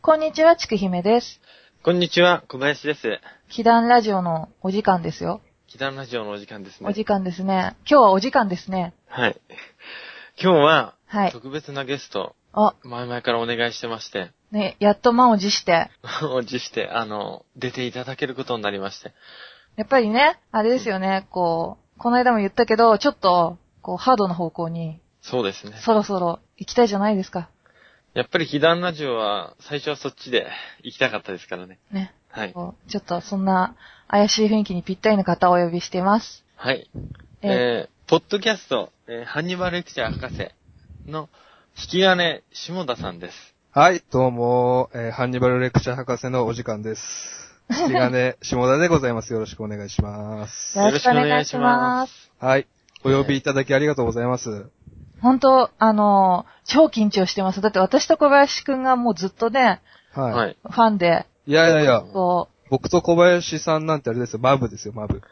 こんにちは、ちくひめです。こんにちは、小林です。祈談ラジオのお時間ですよ。祈談ラジオのお時間ですね。お時間ですね。今日はお時間ですね。はい。今日は、はい。特別なゲスト、あ、前々からお願いしてまして、 ね、やっと満を持して。おじして、あの、出ていただけることになりまして。やっぱりね、あれですよね、こう、この間も言ったけど、ちょっと、こう、ハードの方向に、そうですね。そろそろ行きたいじゃないですか。やっぱり祈談ラジオは、最初はそっちで行きたかったですからね。ね。はい。こうちょっと、そんな、怪しい雰囲気にぴったりの方をお呼びしています。はい。ええー、ポッドキャスト、えーハンニバルレクチャー博士の引き金、下田さんです。はい、どうも、えーハンニバルレクチャー博士のお時間です。引き金、下田でございます。よろしくお願いします。よろしくお願いしますす。はい、お呼びいただきありがとうございます。本当あの、超緊張してます。だって私と小林くんがもうずっとね、はい。、はいい。ファンで、やいやいや、こう、僕と小林さんなんてあれですよ、マブですよ、マブ。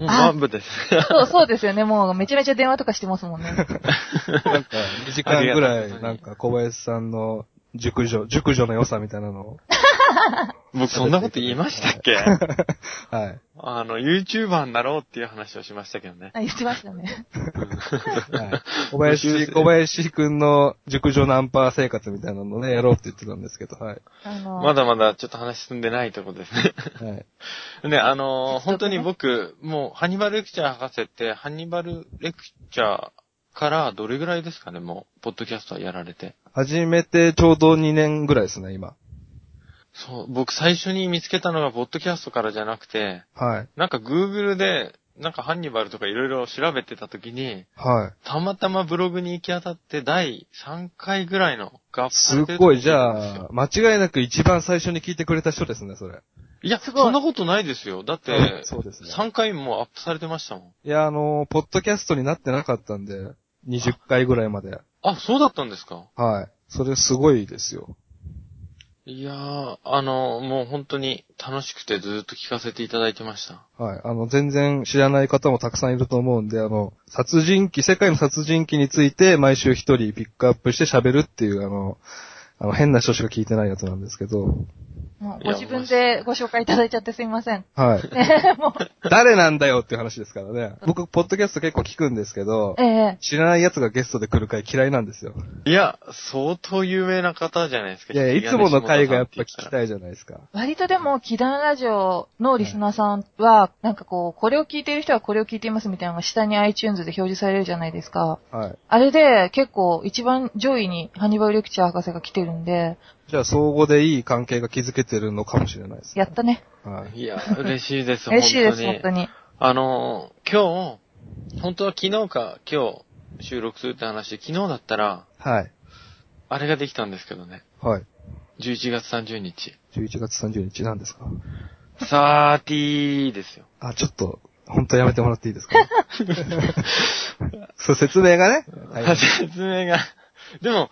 もうあ満 部です。そう、そうですよね。もうめちゃめちゃ電話とかしてますもんね。 なんか、2時間ぐありがとうらございまい、すなんか小林さんの熟女、熟女の良さみたいなのを。僕そんなこと言いましたっけはい。あの、YouTuber になろうっていう話をしましたけどね。あ言ってましたね。はい、小 募集林、する小林くんの熟女ナンパ生活みたいなのをね、やろうって言ってたんですけど、はい。あの、まだまだちょっと話進んでないとこで すね。はい。ね、あのーちょっ本と当ねに僕、もう、ハニバルレクチャー博士って、ハニバルレクチャーからどれぐらいですかね、もう、ポッドキャストはやられて。始めてちょうど2年ぐらいですね、今。そう、僕最初に見つけたのが、ポッドキャストからじゃなくて、はい。なんか Google で、なんかハンニバルとかいろいろ調べてた時に、はい。たまたまブログに行き当たって第3回ぐらいの合す算っごい、じゃあ、間違いなく一番最初に聞いてくれた人ですね、それ。いや、すごいそんなことないですよ。だって、 そうですね。 3回もアップされてましたもん。いや、あのー、ポッドキャストになってなかったんで、20回ぐらいまで。あ、そうだったんですかはい。それすごいですよ。いやー、あの、もう本当に楽しくてずーっと聞かせていただいてました。はい。あの、全然知らない方もたくさんいると思うんで、あの、殺人鬼、世界の殺人鬼について毎週一人ピックアップして喋るっていう、あの、あの、変な人しか聞いてないやつなんですけど、もういごや自分でご紹介いただいちゃってすいません。はい。ねもう、誰なんだよっていう話ですからね。僕、ポッドキャスト結構聞くんですけど、ええ知らない奴がゲストで来る回嫌いなんですよ。いや、相当有名な方じゃないですか。いやい引きや、い金つもの回がやっぱ下聞き田さんってたいじゃないですか。割とでも、祈願ラジオのリスナーさんは、なんかこう、これを聞いてる人はこれを聞いていますみたいなのが下に iTunes で表示されるじゃないですか。はい。あれで結構一番上位にハニバルレクチャー博士が来てるんで、じゃあ、相互でいい関係が築けてるのかもしれないですやね。ったね。はい。言ったらいや、嬉しいです、嬉しいです、本本当当に。に。あの、今日、本当は昨日か今日収録するって話で、昨日だったら、はい。あれができたんですけどね。はい。 11月30日。 11月30日なんですかサーティーですよ。あ、ちょっと、本当やめてもらっていいです かそう、説明がね。はい。説明が。でも、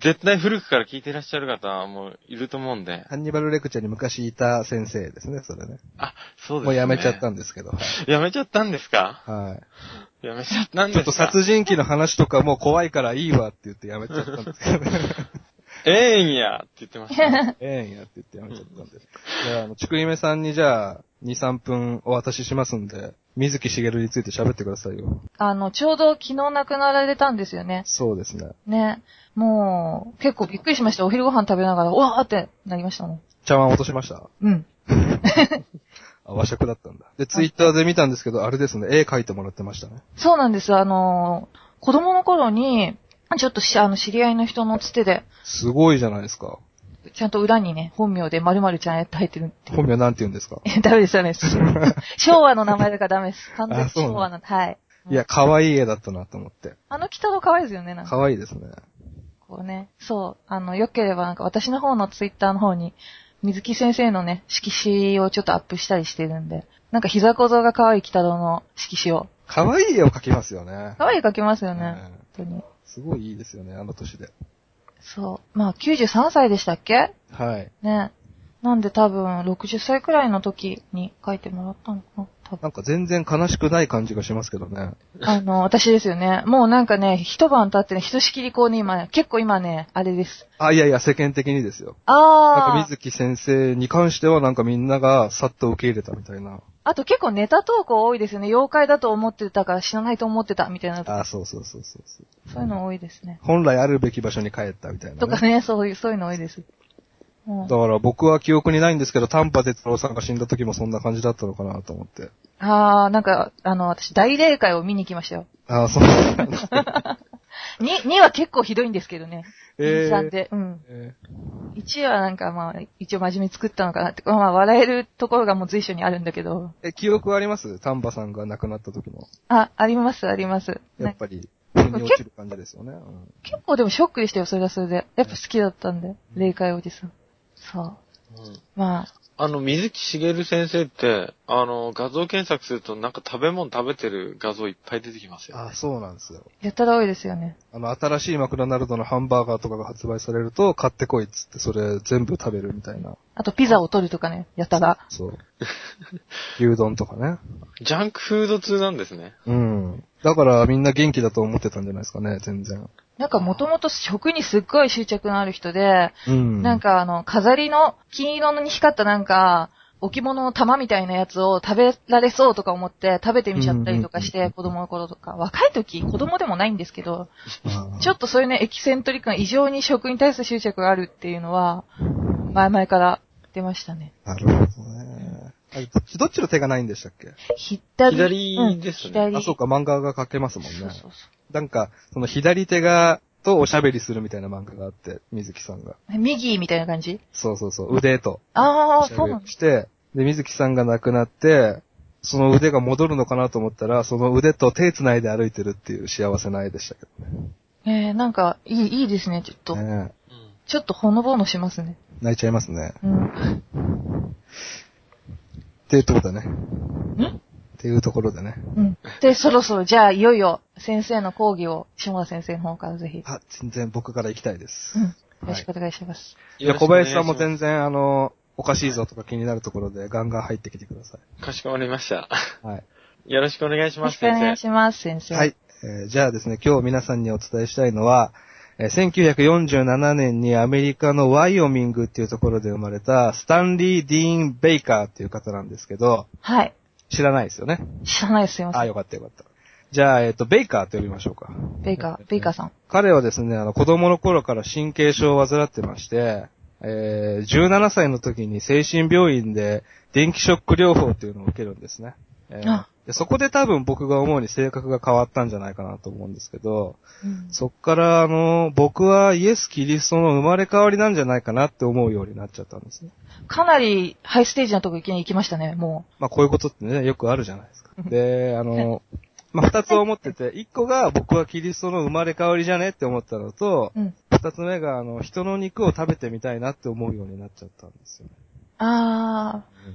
絶対古くから聞いてらっしゃる方もいると思うんで。ハンニバルレクチャーに昔いた先生ですね、それね。あ、そうですね。もうやめちゃったんですけど。はいやめちゃったんですかはい。やめちゃったんちでょすかっと殺人鬼の話とかもう怖いからいいわって言ってやめちゃったんですけどね。ええんやって言ってましたね。 ええんやって言ってやめちゃったんで。じゃあ、あの、ちくいめさんにじゃあ、2、3分お渡ししますんで、水木しげるについて喋ってくださいよ。あの、ちょうど昨日亡くなられたんですよね。そうですね。ね。もう、結構びっくりしました。お昼ご飯食べながら、うわーってなりましたもん。茶碗落としましたうん。あ、和食だったんだ。で、ツイッターで見たんですけど、あれですね、絵描いてもらってましたね。そうなんです。あのー、子供の頃に、ちょっとし、あの、知り合いの人のつてで、すごいじゃないですか。ちゃんと裏にね、本名で〇〇ちゃんやって入ってる っていう。本名なんて言うんですかえダメです、ダメです。 昭和の名前だからダメです。完全にあそうな昭の和なんで、はい。いや、可愛い絵だったなと思って。あの北の可愛いですよね、なんか。可愛いですね。こうね。そう。あの、よければなんか私の方のツイッターの方に、水木先生のね、色紙をちょっとアップしたりしてるんで、なんか膝小僧が可愛い北堂の色紙を。可愛い絵を描きますよね。可愛い描きますよいね。本当に。すごいいいですよね、あの年で。そう。まあ、93歳でしたっけはい。ね。なんで多分、60歳くらいの時に書いてもらったのかな。多分 なんか全然悲しくない感じがしますけどね。あの、私ですよね。もうなんかね、一晩経ってね、ひとしきりこうね、今、結構今ね、あれです。あ、いやいや、世間的にですよ。なんかああ水木先生に関してはなんかみんながさっと受け入れたみたいな。あと結構ネタ投稿多いですよね。妖怪だと思ってたから知らないと思ってた、みたいな。あ、そうそうそうそうそう。そういうの多いですね。本来あるべき場所に帰ったみたいな、ね。とかね、そういう、そういうの多いです。うん だから僕は記憶にないんですけど、丹波哲郎さんが死んだ時もそんな感じだったのかなと思って。ああ、なんか、あの、私、大霊界を見に行きましたよ。ああ、そうなんですね。に、には結構ひどいんですけどね。え23ーで。うん。えー1はなんかまあ、一応真面目に作ったのかなって。まあ、笑えるところがもう随所にあるんだけど。え、記憶あります丹波さんが亡くなった時の。あ、あります、あります。やっね、ぱり、腑に落ちる感じですよね。うん結構でもショックでしたよ、それはそれで。やっぱ好きだったんで、霊界おじさん。そう。うんまあ、あの、水木しげる先生って、あの、画像検索するとなんか食べ物食べてる画像いっぱい出てきますよ。ああ、そうなんですよ。やたら多いですよね。あの、新しいマクドナルドのハンバーガーとかが発売されると、買ってこいっつって、それ全部食べるみたいな。あと、ピザを取るとかね、やたら。 そう。牛丼とかね。ジャンクフード通なんですね。うん。だからみんな元気だと思ってたんじゃないですかね、全然。なんかもともと食にすっごい執着のある人で、うん。なんか、かあの、飾りの金色に光ったなんか、置物の玉みたいなやつを食べられそうとか思って食べてみちゃったりとかしうんうんうて、子供の頃とか、若い時、子供でもないんですけど、ちょょっっとそういうね、エキセントリックな異常に食に対する執着があるっていうのは、前々から出ましたね。と。なるほどね。あれどっち、どっちの手がないんでしたっけ左。左ですうねん左。あ、そうか、漫画が書けますもんそうね。そうそうなんか、その左手が、とおしゃべりするみたいな漫画があって、水木さんが。右みたいな感じそうそうそう、腕と。ああ、しそゃうべなんりだ。して、で、水木さんが亡くなって、その腕が戻るのかなと思ったら、その腕と手繋いで歩いてるっていう幸せな絵でしたけえー、なんか、いい、いいですね、ちょっとど。ね。うんちょっとほのぼのしますね。泣いちゃいますね。うん。っていうところだね。んっていうところでね。うん。で、そろそろ、じゃあ、いよいよ、先生の講義を、下田先生の方からぜひ。あ、全然僕から行きたいですうん。。よろしくお願いします。いや、小林さんもよろしくお願いし全然、あの、おかしいぞとか気になるところで、ガンガン入ってきてくださますかしこまりました。い。はい。よろしくお願いしよろましす、くお願い先生。します、先生。はい。。えーじゃあですね、今日皆さんにお伝えしたいのは、えー1947年にアメリカのワイオミングっていうところで生まれた、スタンリー・ディーン・ベイカーっていう方なんですけど、はい。知らないですよね。知らないです、すいませあ、ん。よかったよかった。じゃあ、えっ、と、ベイカーって呼びましょうか。ベイカー、ベイカーさん。彼はですね、あの、子供の頃から神経症を患ってまして、えー17歳の時に精神病院で電気ショック療法っていうのを受けるんですね。えーあでそこで多分僕が思うに性格が変わったんじゃないかなと思うんですけど、うんそっから、あの、僕はイエス・キリストの生まれ変わりなんじゃないかなって思うようになっちゃったんですね。かなり、ハイステージなとこ行き行きましたね、もまあ、こういうことってね、よくあるじゃないですか。で、あの、まあ、二つ思ってて、一個が僕はキリストの生まれ変わりじゃねって思ったのと、う。うん。二つ目が、あの、人の肉を食べてみたいなって思うようになっちゃったんですよね。あー。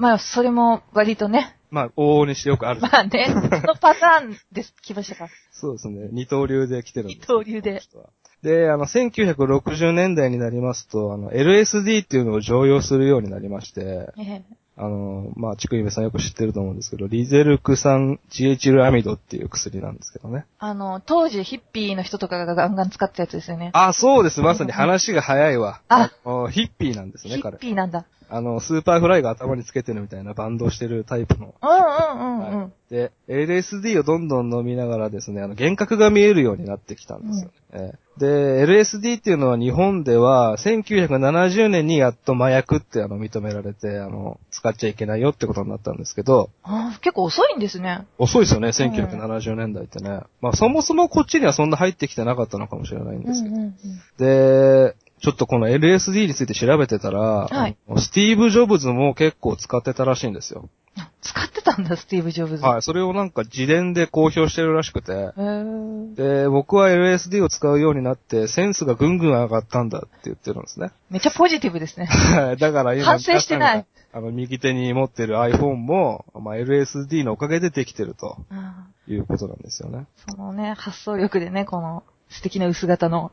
まあ、それも、割とね。 まあ、往々にしてよくあるじゃん。まあね、そのパターンです、来ましたか。そうですね。二刀流で来てるんですよ二刀流で。この人はで、あの、1960年代になりますと、あの、LSD っていうのを常用するようになりまして、 えあの、まあ、ちくいべさんよく知ってると思うんですけど、リゼルク酸ジエチルアミドっていう薬なんですけどね。あの、当時、ヒッピーの人とかがガンガン使ってたやつですよね。あ、そうです。まさに話が早いわ。あのヒッピーなんですヒね、ッ彼。ピーなんだ。あの、スーパーフライが頭につけてるみたいなバンドをしてるタイプの。うんうんうんうん。はい、で、LSD をどんどん飲みながらですね、あの、幻覚が見えるようになってきたんですよね。ええで、LSD っていうのは日本では、1970年にやっと麻薬ってあの、認められて、あの、使っちゃいけないよってことになったんですけど、あー結構遅いんですね。遅いですよね、1970年代ってね。まあ、そもそもこっちにはそんな入ってきてなかったのかもしれないんですけど。んうん。で、ちょっとこの LSD について調べてたら、はいあのスティーブ・ジョブズも結構使ってたらしいんですよ。あ使ってたんだ、スティーブ・ジョブズ。はい、それをなんか自伝で公表してるらしくて、へーで、僕は LSD を使うようになって、センスがぐんぐん上がったんだって言ってるんですね。 めっちゃポジティブですね。 はいだから今、反省してない皆さんがあの、右手に持ってる iPhone も、まあ、LSD のおかげでできてるとあいうことなんですよね。ーそのね、発想力でね、この素敵な薄型の。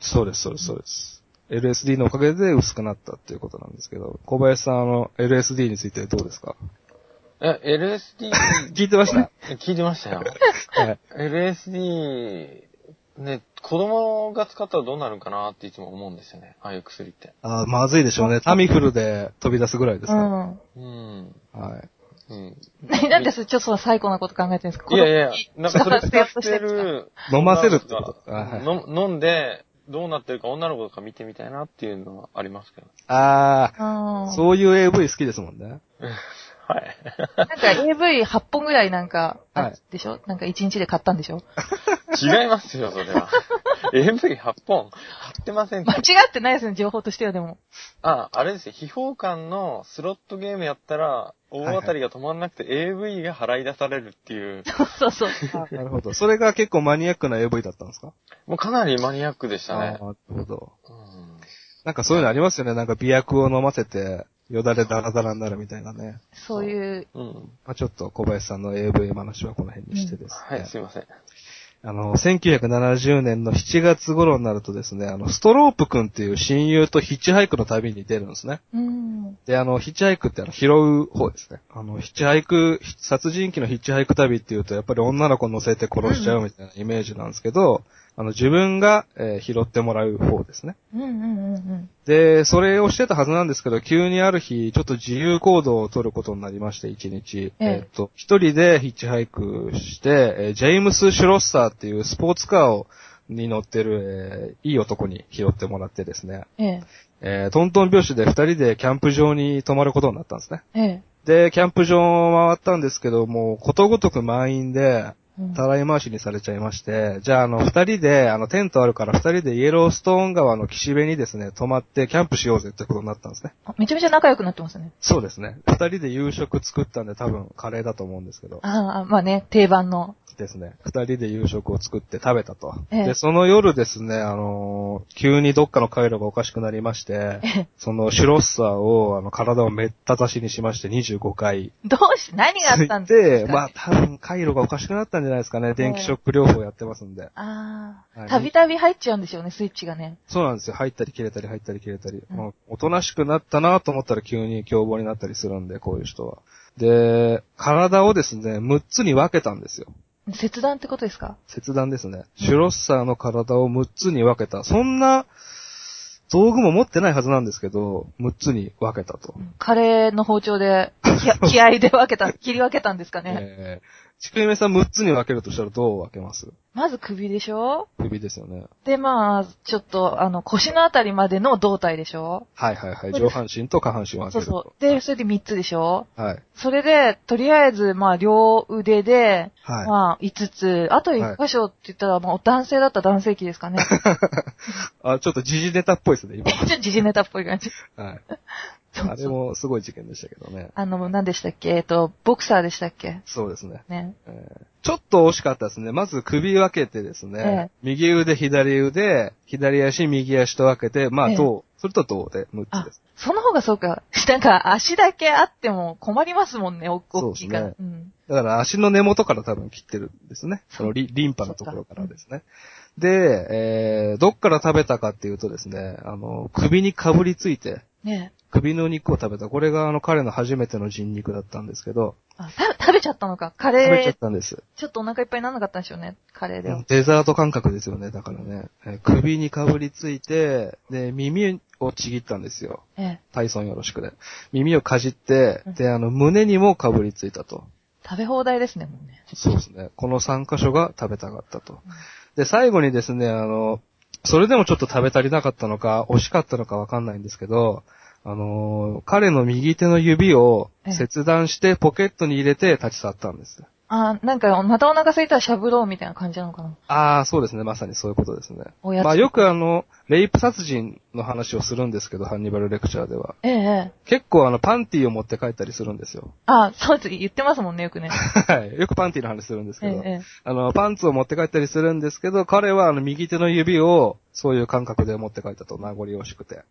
そうです、そうです、そうです。LSD のおかげで薄くなったっていうことなんですけど、小林さん、あの、LSD についてどうですかえ、LSD 聞いてました聞いてましたよ。はい。 LSD、ね、子供が使ったらどうなるんかなっていつも思うんですよね。ああいう薬って。あーまずいでしょうね。タミフルで飛び出すぐらいですうかん。うん。ら。はい。うん。 なんでそれちょっとその最高なこと考えてるんですかいやいやいや、なんかそれ子供使ってる。 飲ませるってことか。なんかはいの飲んで、どうなってるか女の子とか見てみたいなっていうのはありますけど。あうあ、ん。そういう AV 好きですもんね。はい。なんか AV8 本ぐらいなんか、はいあるでしょなんか1日で買ったんでしょ違いますよ、それ は。AV8 本、貼ってませんって間違ってないですね、情報としてはで も。あ、あれですよ、秘宝館のスロットゲームやったら、大当たりが止まんなくて AV が払い出されるっていう、そうそうそう。なるほど。それが結構マニアックな AV だったんですかもうかなりマニアックでしたあねあー、。なるほど。うんなんかそういうのありますよね。なんか美薬を飲ませて、よだれダラダラになるみたいなね。そういう、うん。まあ、ちょっと小林さんの AV 話はこの辺にしてですね。はい、すいません。あの、1970年の7月頃になるとですね、あの、ストロープ君っていう親友とヒッチハイクの旅に出るんですね。うん。で、あの、ヒッチハイクってあの、拾う方ですね。あの、ヒッチハイク、殺人鬼のヒッチハイク旅っていうと、やっぱり女の子乗せて殺しちゃうみたいなイメージなんですけど、あの、自分が、えー拾ってもらう方ですね。うんうんうんうん。で、それをしてたはずなんですけど、急にある日、ちょっと自由行動を取ることになりまして、一日。ええっと、一人でヒッチハイクして、えージェームス・シュロッサーっていうスポーツカーを、に乗ってる、えーいい男に拾ってもらってですね、ええ、えートントン拍子で二人でキャンプ場に泊まることになったんですね。ええ。で、キャンプ場を回ったんですけど、もうことごとく満員で、うんたらい回しにされちゃいまして、じゃああの、二人で、あの、テントあるから二人でイエローストーン川の岸辺にですね、泊まってキャンプしようぜってことになったんですね。あめちゃめちゃ仲良くなってますね。そうですね。二人で夕食作ったんで多分カレーだと思うんですけど、ああ、まあね、定番の。ですね。二人で夕食を作って食べたと。ええで、その夜ですね、あのー急にどっかの回路がおかしくなりましてえ、えそのシュロッサーを、あの、体をめったたしにしまして25回、どうして、何があったんつですか、いてまあ多分回路がおかしくなったんじゃないですかね。電気ショック療法やってますんで。あはあ、いたびたび入っちゃうんですよね、スイッチがね。そうなんですよ。入ったり切れたり入ったり切れたり。うんもうおとなしくなったなと思ったら急に凶暴になったりするんで、こういう人は。で、体をですね、6つに分けたんですよ。切断ってことですか切断ですね。シュロッサーの体を6つに分けた。そんな、道具も持ってないはずなんですけど、6つに分けたと。カレーの包丁で、気 合気合で分けた、切り分けたんですかね。えー、ちくゆめさん6つに分けるとしたらどう分けますまず首でしょ首ですよね。で、まあ、ちょっと、あの、腰のあたりまでの胴体でしょはいはいはい。上半身と下半身を分けそうると。そう。で、それで3つでしょはい。それで、とりあえず、まあ、両腕で、はい。まあ、5つ、あと1箇所って言ったら、まあ、男性だったら男性器ですかね。あ、ちょっと時事ネタっぽいですね、ちょっと時事ネタっぽい感じ。今。はい。 そうそうあれもすごい事件でしたけどね。あの、何でしたっけえっと、ボクサーでしたっけそうですね。ね。えーちょっと惜しかったですね。まず首分けてですね、右腕、左腕、左足、右足と分けて、まえあ、え胴、それと胴で6つあです。、その方がそうか。なんか、足だけあっても困りますもんね、お大きいから。そううでん。だから足の根元から多分切ってるんですね。そのリリンパのところからですね。で、えー、どっから食べたかっていうとですね、あの、首にかぶりついて、ね首の肉を食べた。これがあの彼の初めての人肉だったんですけど、あ、た食べちゃったのか。カ食べちゃレっー、たんです。ちょっとお腹いっぱいにならなかったんでしょうね。カレーでは。デザート感覚ですよね、だからね。えー首にかぶりついて、で、耳をちぎったんですよ。ええ。タイソンよろしくで。耳をかじってうん、で、あの、胸にもかぶりついたと。食べ放題ですね、もうね。そうですね。この3箇所が食べたかったとうん。で、最後にですね、あの、それでもちょっと食べ足りなかったのか、惜しかったのかわかんないんですけど、あのー彼の右手の指を切断してポケットに入れて立ち去ったんです。あ、なんか、またお腹空いたらしゃぶろうみたいな感じなのかな。ああ、そうですね。まさにそういうことですね。おやつまあよくあの、レイプ殺人の話をするんですけど、ハンニバルレクチャーでは。ええ、ええ。結構あの、パンティーを持って帰ったりするんですよ。 あ、そうです。言ってますもんね、よくね。はい。よくパンティーの話するんですえけえ、ど、ええ。あの、パンツを持って帰ったりするんですけど、彼はあの、右手の指を、そういう感覚で持って帰ったと、名残惜しくて。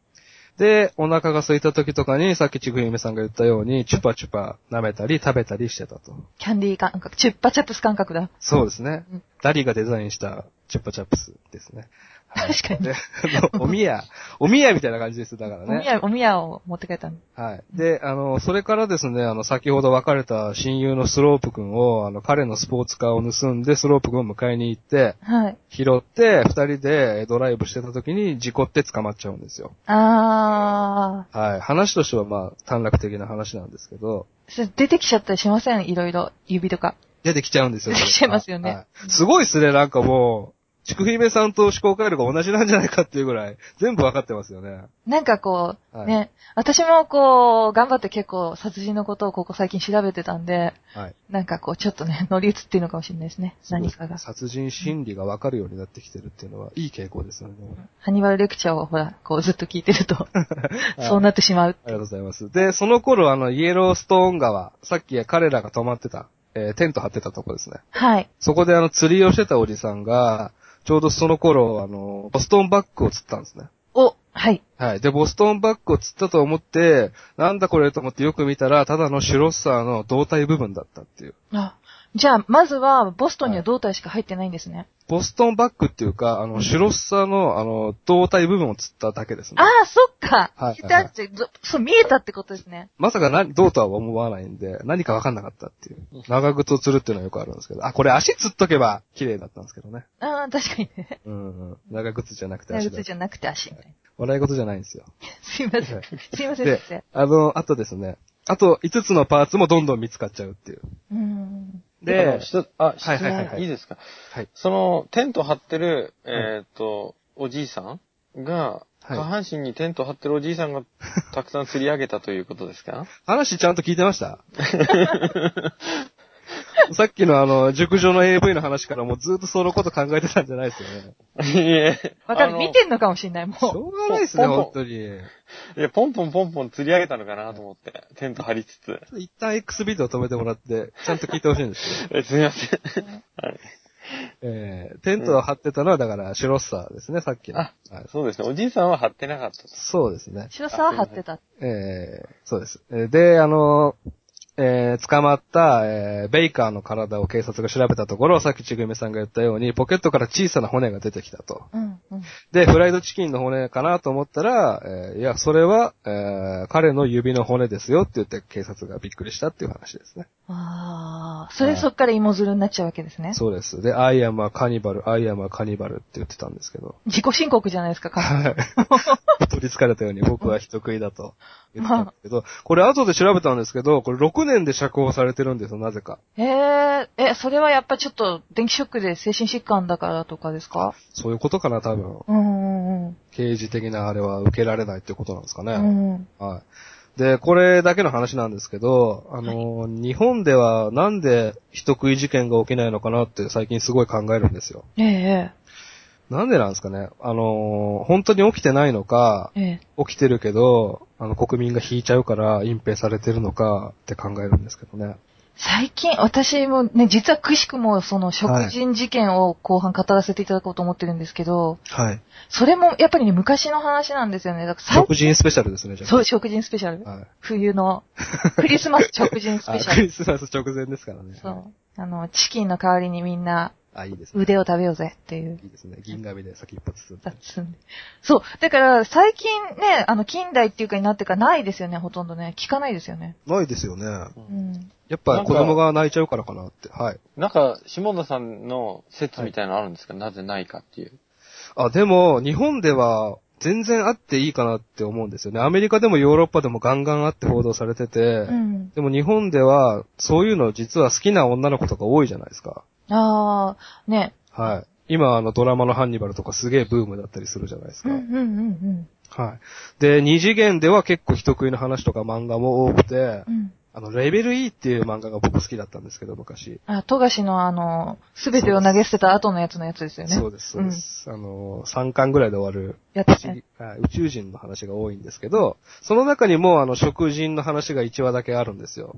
で、お腹が空いた時とかに、さっきちぐゆめさんが言ったように、チュパチュパ舐めたり食べたりしてたと。キャンディー感覚、チュッパチャップス感覚だ。そうですねうん。ダリがデザインしたチュッパチャップスですね。確かに。で、あのお みや、おみやみたいな感じです、だからおみね。や、おみやを持って帰ったの。はい。で、あの、それからですね、あの、先ほど別れた親友のスロープ君を、あの、彼のスポーツカーを盗んで、スロープ君を迎えに行って、はい。拾って、二人でドライブしてた時に事故って捕まっちゃうんですよ。あはい。話としてはまあ、短絡的な話なんですけど、ー。それ出てきちゃったりしませんいろいろ。指とか。出てきちゃうんですよ。出てきちゃいますよねはいすごいですね、なんかもう、ちくひめさんと思考回路が同じなんじゃないかっていうぐらい、全部わかってますよね。なんかこう、はいね、私もこう、頑張って結構殺人のことをここ最近調べてたんで、はい。なんかこう、ちょっとね、 乗り移ってるのかもしれないですね。何かが。殺人心理がわかるようになってきてるっていうのは、いい傾向ですよね。ハニバルレクチャーをほら、こうずっと聞いてると、はいそうなってしまう。ありがとうございます。で、その頃、あの、イエローストーン川、さっき彼らが泊まってた、えーテント張ってたとこですね。はい。そこで、あの、釣りをしてたおじさんが、ちょうどその頃、あの、ボストンバッグを釣ったんですね。お、はい。はい。で、ボストンバッグを釣ったと思って、なんだこれと思ってよく見たら、ただのシュロッサーの胴体部分だったっていう。あじゃあ、まずは、ボストンには胴体しか入ってないんですね。ボストンバッグっていうか、あの、シュロッサーの、あの、胴体部分を釣っただけですねあ。あ、そっか。はい来たって、どそう、見えたってことですね。まさかな、どうとは思わないんで、何かわかんなかったっていう。長靴を釣るっていうのはよくあるんですけど。あ、これ足釣っとけば綺麗だったんですけどね。ああ、確かにね。うんうん。長靴じゃなくて長足だ靴。じゃなくて足みたいな。笑い事じゃないんですよ。 すいません。すいません、で先生。あの、あとですね。あと5つのパーツもどんどん見つかっちゃうっていう。うーん。でで、、ひとあ、質はいはいはいはい問いいですかはいその、テント張ってる、えーっと、おじいさんが、はい下半身にテント張ってるおじいさん がたくさん釣り上げたということですか話ちゃんと聞いてました さっきのあの、熟女の AV の話からもうずっとそのこと考えてたんじゃ ないですよね。いえ。わかある。の見てんのかもしんない、もしょう。うがないですね、ポンポン本当に。いや、ポンポンポンポン釣り上げたのかなと思って、テント張りつつ。一旦 X ビデオ止めてもらって、ちゃんと聞いてほしいんですよ。えすみません。はい。えー、テントを張ってたのは、だから、シュロッサーですね、さっきの。あはいそうですね。おじいさんは張ってなかったと。そうですね。白さは張ってた。えー、そうです。えーで、あのー、えー、捕まった、えー、ベイカーの体を警察が調べたところ、さっきちぐみさんが言ったように、ポケットから小さな骨が出てきたと。うん、うん。で、フライドチキンの骨かなと思ったら、えーいや、それは、えー彼の指の骨ですよって言って警察がびっくりしたっていう話ですね。ああ、それはいそっから芋づるになっちゃうわけですね。そうです。で、アイアムはカニバル、アイアムはカニバルって言ってたんですけど。自己申告じゃないですか、完 全にはい。取り憑かれたように僕は人食いだと言ってたんですけど、これ後で調べたんですけど、これ6年で釈放されてるんですよ、なぜか。えええ、それはやっぱちょっと電気ショックで精神疾患だからとかですかそういうことかな、多分。うんうん刑事的なあれは受けられないってことなんですかね。うん。うん。はい。で、これだけの話なんですけど、あの、日本ではなんで人食い事件が起きないのかなって最近すごい考えるんですよ。ええなんでなんですかねあの、本当に起きてないのか、ええ起きてるけど、あの、国民が引いちゃうから隠蔽されてるのかって考えるんですけどね。最近、私もね、実はくしくもその食人事件を後半語らせていただこうと思ってるんですけど、はい。それもやっぱりね、昔の話なんですよね。だから最食人スペシャルですね、じゃあ。そう、食人スペシャル。はい。冬の、クリスマス食人ス あペシクャル。リスマス直前ですからね。そう。あの、チキンの代わりにみんなあ、いいですね。腕を食べようぜっていう。いいですね。銀紙で先一発する。だっつんでそう。だから、最近ね、あの、近代っていうかになってからないですよね、ほとんどね。聞かないですよね。ないですよね。うん。やっぱ子供が泣いちゃうからかなって。はい。なんか、下田さんの説みたいなのあるんですか、なぜないかっていう。あ、でも、日本では全然あっていいかなって思うんですよね。アメリカでもヨーロッパでもガンガンあって報道されてて、うん。でも日本ではそういうの実は好きな女の子とか多いじゃないですか。ああ、ね。はい。今、あの、ドラマのハンニバルとかすげえブームだったりするじゃないですうか。んうんうんはい。で、二次元では結構人食いの話とか漫画も多くてうん。う、ん。あの、レベル E っていう漫画が僕好きだったんですけど、昔。あ、富樫のあの、すべてを投げ捨てた後のやつのやつですよね。そうです、そうです。あの、3巻ぐらいで終わるや不つ思ね。議はい宇宙人の話が多いんですけど、その中にもあの食人の話が1話だけあるんですよ。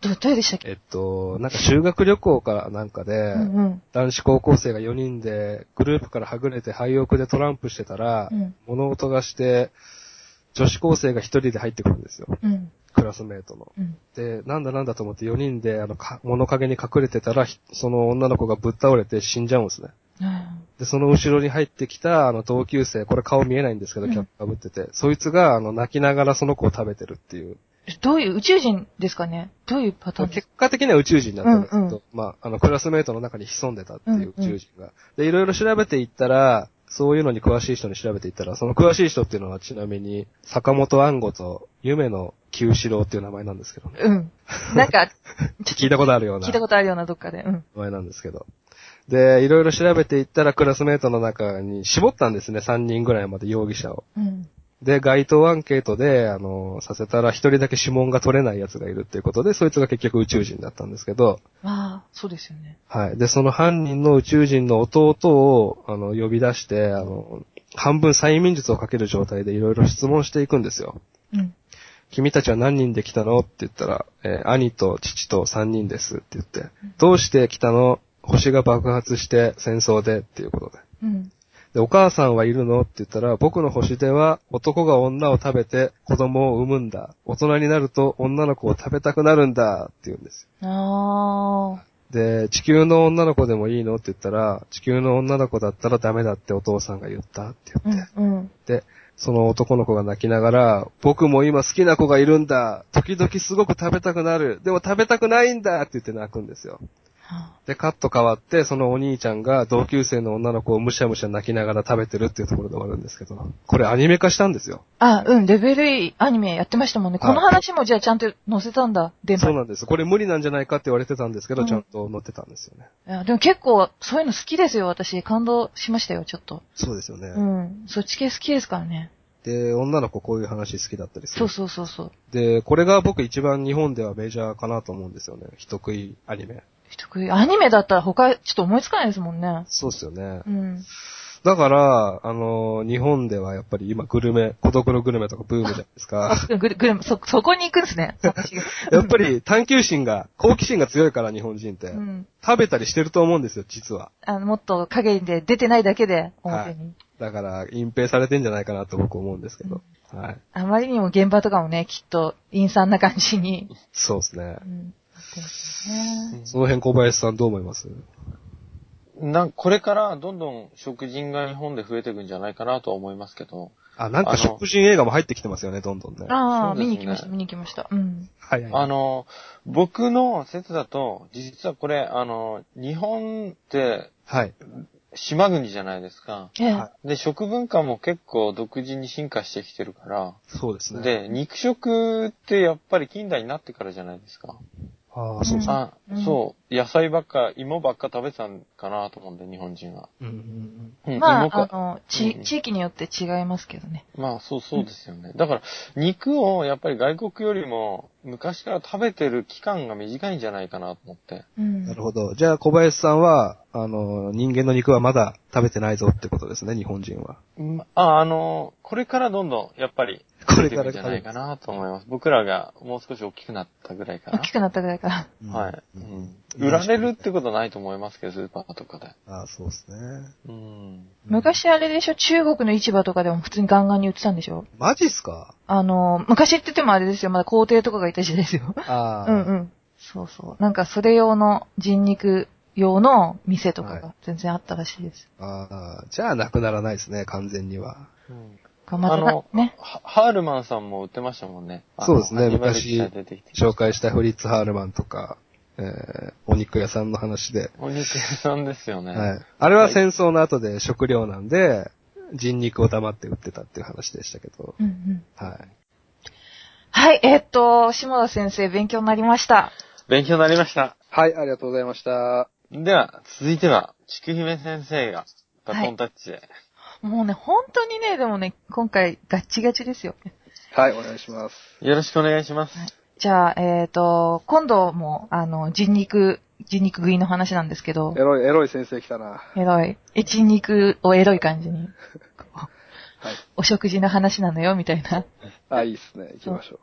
ど、どれでしたっけえっと、なんか修学旅行かなんかで、うんうん。男子高校生が4人でグループからはぐれて廃屋でトランプしてたら、うん物音がして、女子高生が1人で入ってくるんですよ。うん。クラスメートの。うん。で、なんだなんだと思って4人であのか物陰に隠れてたら、ひその女の子がぶっ倒れて死んじゃうんですね。うんで、その後ろに入ってきた、あの、同級生、これ顔見えないんですけど、うんキャップ被ってて、そいつが、あの、泣きながらその子を食べてるっていう。どういう、宇宙人ですかねどういうパターンです結果的には宇宙人だったんですけど、うんうんまあ、あの、クラスメイトの中に潜んでたっていうう宇んうん宙人が。で、いろいろ調べていったら、そういうのに詳しい人に調べていったら、その詳しい人っていうのはちなみに、坂本安吾と夢の九四郎っていう名前なんですけどね。かうん。なん か、聞いたことあるような聞いたことあるようなどっかで。うん。名前なんですけど。で、いろいろ調べていったら、クラスメイトの中に絞ったんですね、3人ぐらいまで容疑者を。うん。で、街頭アンケートで、あの、させたら一人だけ指紋が取れない奴がいるっていうことで、そいつが結局宇宙人だったんですけど、まあ、そうですよね。はい。で、その犯人の宇宙人の弟を、あの、呼び出して、あの、半分催眠術をかける状態でいろいろ質問していくんですよ。うん。君たちは何人で来たのって言ったら、えー兄と父と3人ですって言って、どうして来たの星が爆発して戦争でっていうことで。うん。で、お母さんはいるのって言ったら、僕の星では男が女を食べて子供を産むんだ。大人になると女の子を食べたくなるんだって言うんですよ。ああ。で、地球の女の子でもいいのって言ったら、地球の女の子だったらダメだってお父さんが言ったって言って。うん。うん。で、その男の子が泣きながら、僕も今好きな子がいるんだ。時々すごく食べたくなる。でも食べたくないんだって言って泣くんですよ。はあで、カット変わって、そのお兄ちゃんが同級生の女の子をむしゃむしゃ泣きながら食べてるっていうところで終わるんですけど、これアニメ化したんですよ。あ、うん、レベルいアニメやってましたもんね。はこいの話もじゃあちゃんと載せたんだ、電波そうになんです。これ無理なんじゃないかって言われてたんですけど、うんちゃんと載ってたんですよね。いやでも結構、そういうの好きですよ、私。感動しましたよ、ちょっと。そうですよね。うん。そっち系好きですからね。で、女の子こういう話好きだったりすそるう。そうそうそう。で、これが僕一番日本ではメジャーかなと思うんですよね。人食いアニメ。人食い。アニメだったら他、ちょっと思いつかないですもんね。そうですよねう。ん。だから、あのー日本ではやっぱり今グルメ、孤独のグルメとかブームじゃないですか。あ、ぐる、ぐる、そ、そこに行くんです ね。話がやっぱり探求心が、好奇心が強いから日本人って。うん。食べたりしてると思うんですよ、実は。あの、もっと影で出てないだけで、表に。だから、隠蔽されてんじゃないかなと僕思うんですけど。はい。あまりにも現場とかもね、きっと、陰惨な感じに。そうですねう。ん。なってますねその辺小林さんどう思いますなんこれからどんどん食人が日本で増えていくんじゃないかなとは思いますけど、あ、なんあかの食人映画も入ってきてますよね、どんどんね。ああ、そうですね見に行きました、見に行きました。うん。はいはい。あの、僕の説だと、実はこれ、あの、日本ってはい。島国じゃないですか。ええ。はで、食文化も結構独自に進化してきてるから、そうですね。、で、肉食ってやっぱり近代になってからじゃないですか。ああ、そうですね。あうん、そう、野菜ばっか、芋ばっか食べてたんかなと思うんで、日本人は。うんうんうん。うん、ま芋あか、、あの、ちうん、地域によって違いますけどね。まあ、そうそうですよね。だから、肉をやっぱり外国よりも昔から食べてる期間が短いんじゃないかなと思って。うん。なるほど。じゃあ小林さんは、あの、人間の肉はまだ食べてないぞってことですね、日本人は。まあ、あの、これからどんどん、やっぱり、こ出れてかくらるんじゃないかなと思います。僕らがもう少し大きくなったぐらいか大きくなったぐらいから。うんな。はい、うん。うん売られるってことないと思いますけど、スーパーとかで。ああ、そうですね。うん。昔あれでしょ、中国の市場とかでも普通にガンガンに売ってたんでしょマジっすかあの、昔って言ってもあれですよ、まだ皇帝とかがいた時代ですよ。ああ。うんうん。そうそう。なんかそれ用の人肉用の店とかはが全然あったらしいです。ああ、じゃあなくならないですね、完全には。うんまたあのなね。ハハールマンさんも売ってましたもんね。あのそうですねアニマル昔記者出てきて紹介したフリッツ・ハールマンとか、えー、お肉屋さんの話で。お肉屋さんですよね。はい。あれは戦争の後で食料なんで、人肉を黙って売ってたっていう話でしたけど。うんうん。はい。はい、えーっと、下田先生、勉強になりました。勉強になりました。はい、ありがとうございました。では、続いては、ちくひめ先生が、バトンタッチで。もうね、本当にね、でもね、今回ガッチガチですよ。はい、お願いします。よろしくお願いします。じゃあ、えーっと、今度も、あの、人肉、人肉食いの話なんですけど。エロい、エロい先生来たな。エロい。え、人肉をエロい感じに。はい。お食事の話なのよ、みたいな。あ、いいっすね。行きましょう。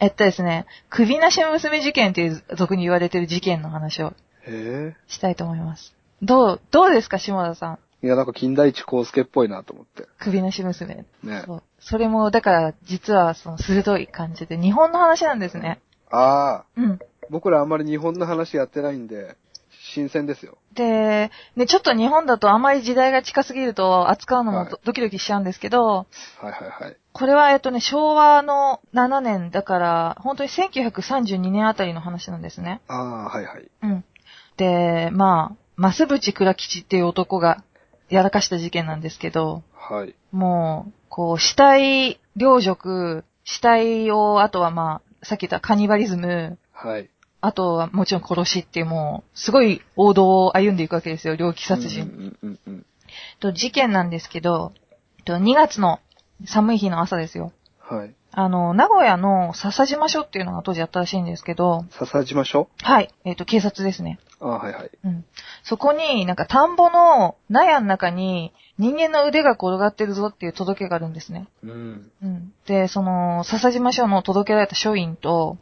えっとですね、首なし娘事件っていう俗に言われてる事件の話をへしたいと思います。どう、どうですか、下田さん。え。いや、なんか金田一光介っぽいなと思って。首なし娘。ね。そう。それも、だから、実は、その、鋭い感じで、日本の話なんですね。ああ、うん。僕らあんまり日本の話やってないんで、新鮮ですよ。で、ね、ちょっと日本だとあまり時代が近すぎると扱うのもはいドドキドキしちゃうんですけど、はいはいはい。これはえっとね、昭和の7年だから、本当に1932年あたりの話なんですね。ああ、はいはい。うん。で、まあ、増渕倉吉っていう男がやらかした事件なんですけど、はい。もう、こう、死体、領辱、死体を、あとはまあ、さっき言ったカニバリズム、はい。あとはもちろん殺しっていうもう、すごい王道を歩んでいくわけですよ、猟奇殺人。うんうんうんうん。と、事件なんですけど、と2月の寒い日の朝ですよ。はい。あの、名古屋の笹島署っていうのが当時あったらしいんですけど、笹島署はい、えっ、と、警察ですね。ああ、はいはい。うん。そこに、なんか田んぼの納屋の中に人間の腕が転がってるぞっていう届けがあるんですね。うん。うん。で、その、笹島署の届けられた署員と、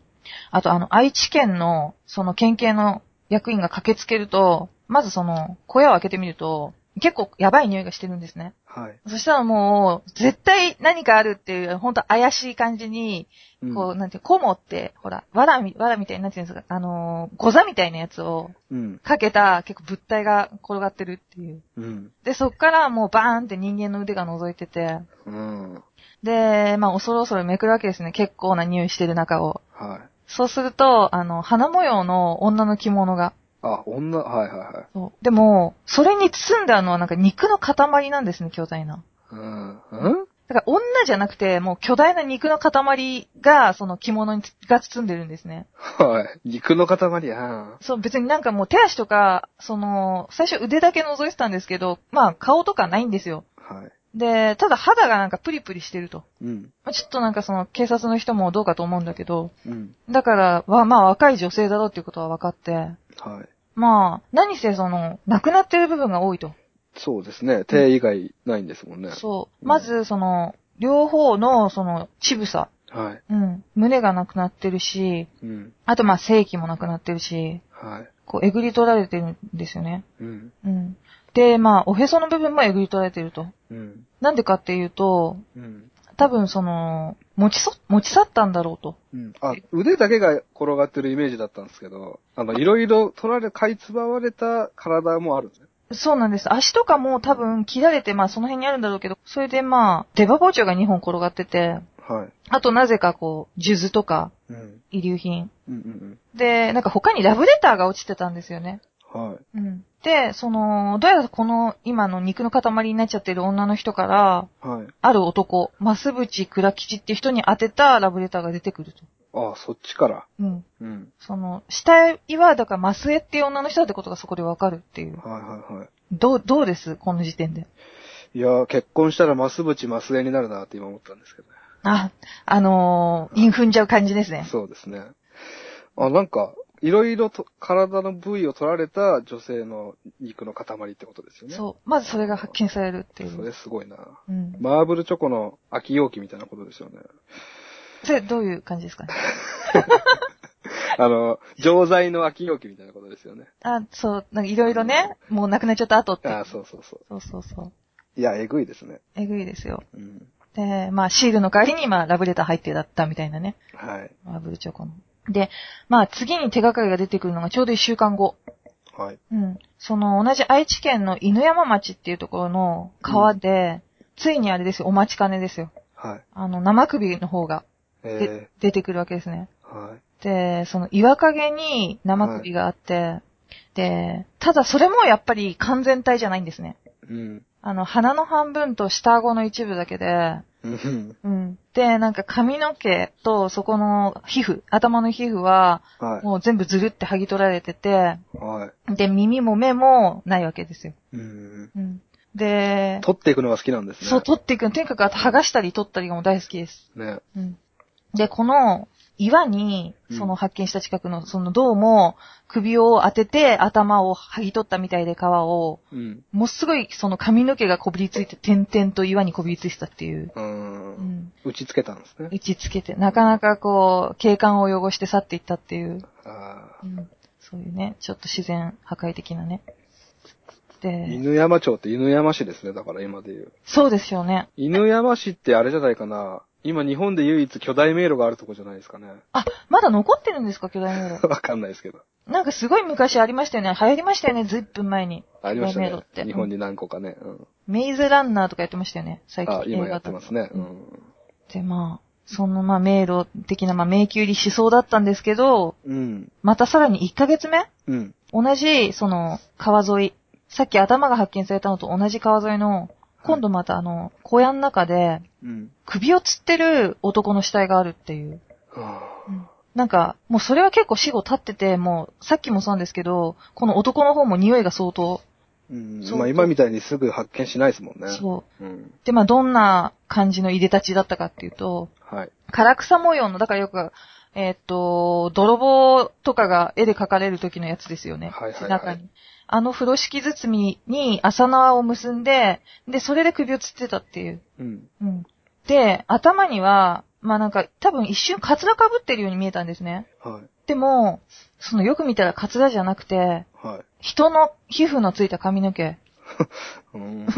あとあの、愛知県の、その県警の役員が駆けつけると、まずその、小屋を開けてみると、結構やばい匂いがしてるんですね。はい。そしたらもう、絶対何かあるっていう、ほんと怪しい感じに、うんこう、なんていう、コモって、ほら、わらみ、わらみたいになんていうんですか、あのー、ゴザみたいなやつをうん。かけた結構物体が転がってるっていう。うん。で、そっからもうバーンって人間の腕が覗いてて、うん。で、まあ、恐る恐るめくるわけですね。結構な匂いしてる中を。はい。そうすると、あの、花模様の女の着物が。あ、女、はいはいはい。そうでも、それに包んであるのはなんか肉の塊なんですね、巨大な。うん。うんだから女じゃなくて、もう巨大な肉の塊が、その着物につが包んでるんですね。はい。肉の塊やん。そう、別になんかもう手足とか、その、最初腕だけ覗いてたんですけど、まあ顔とかないんですよ。はい。で、ただ肌がなんかプリプリしてると。うん。まあちょっとなんかその警察の人もどうかと思うんだけど、うん。だから、は、まあ若い女性だろうっていうことは分かって、はい。まあ、何せその、亡くなってる部分が多いと。そうですね。手以外ないんですもんね。そう。まず、その、両方の、その、乳房。はい。うん。胸がなくなってるし、うん。あとまあ、性器もなくなってるし、はい。こう、えぐり取られてるんですよね。うん。うん。で、まあ、おへその部分もえぐり取られてると。うん。なんでかっていうと、うん。多分その、持ちそ、持ち去ったんだろうと。うん。あ、腕だけが転がってるイメージだったんですけど、あの、いろいろ取られ、買いつばわれた体もあるんですね。そうなんです。足とかも多分切られて、まあその辺にあるんだろうけど、それでまあ、出刃包丁が2本転がってて、はい。あとなぜかこう、数珠とか、うん。遺留品。うんうんで、なんか他にラブレターが落ちてたんですよね。うん。はい。うん。で、その、どうやらこの今の肉の塊になっちゃってる女の人から、はい。ある男、増渕倉吉って人に当てたラブレターが出てくると。あ、そっちから。うん。うん。その、死体は、だから、マスエっていう女の人だってことがそこでわかるっていう。はいはいはどう、どうですこの時点で。い。いやー、結婚したらマスブチマスエになるなって今思ったんですけどね。あ、あのー、陰踏んじゃう感じですね。そうですね。あ、なんか、いろいろと体の部位を取られた女性の肉の塊ってことですよね。そう。まずそれが発見されるってい。そうれすごいな。うん。マーブルチョコの空き容器みたいなことですよね。それ、どういう感じですかね。 あの、錠剤の空き容器みたいなことですよね。あ、そう、なんかいろいろね、もう亡くなっちゃった後って。ああ、そうそうそう。そうそうそう。いや、えぐいですね。えぐいですよ。うん。で、まあ、シールの代わりに、まあ、ラブレター入ってだったみたいなね。はい。ラブルチョコの。で、まあ、次に手がかりが出てくるのがちょうど一週間後。はい。うん。その、同じ愛知県の犬山町っていうところの川で、ついにあれですよ、お待ちかねですよ。はい。あの、生首の方がえ出てくるわけですね。ー、はい。で、その岩陰に生首があって、で、ただそれもやっぱり完全体じゃないんですね。うん。あの、鼻の半分と下顎の一部だけで、うん。うん。で、なんか髪の毛とそこの皮膚、頭の皮膚ははもう全部ずるって剥ぎ取られてて、い。はで、耳も目もないわけですよ。い。うん。うん。で、取っていくのが好きなんですね。そう取っていくの。とにかくあと剥がしたり取ったりがもう大好きです。ね。うん。で、この岩に、その発見した近くの、その銅も首を当てて頭を剥ぎ取ったみたいで皮を、うん。もうすごいその髪の毛がこびりついて点々と岩にこびりついてたっていう。う。うんん。打ちつけたんですね。打ちつけて、なかなかこう、景観を汚して去っていったっていう。ああ。うん。そういうね、ちょっと自然破壊的なね。で、犬山町って犬山市ですね。だから今で言う。そうですよね。犬山市ってあれじゃないかな。今日本で唯一巨大迷路があるとこじゃないですかね。 まだ残ってるんですか、巨大迷路。わかんないですけど。なんかすごい昔ありましたよね。流行りましたよね、ずいぶん前に。ありました巨大迷路ねって。日本に何個かね。うん。メイズランナーとかやってましたよね、最近。。あ、今やってますすね。ううんん。で、まあ、そのまあ迷路的なまあ迷宮入りしそうだったんですけど、うん。またさらに1ヶ月目うん。同じ、その、川沿い。さっき頭が発見されたのと同じ川沿いの、今度またあの、小屋の中で、うん。首を吊ってる男の死体があるっていう。はなんか、もうそれは結構死後経ってて、もう、さっきもそうなんですけど、この男の方も匂いが相当、ぁうんそうまあ今みたいにすぐ発見しないですもんね。そう。うん。で、まあ、どんな感じの入れたちだったかっていうと、はい。唐草模様の、だからよく、えーっと、泥棒とかが絵で描かれる時のやつですよね。はいはいはい中に。あの風呂敷包みに麻縄を結んで、で、それで首を吊ってたっていう。うん。うん。で、頭には、まあなんか、多分一瞬カツラ被ってるように見えたんですね。はい。でも、そのよく見たらカツラじゃなくて、はい。人の皮膚のついた髪の毛。うん。だ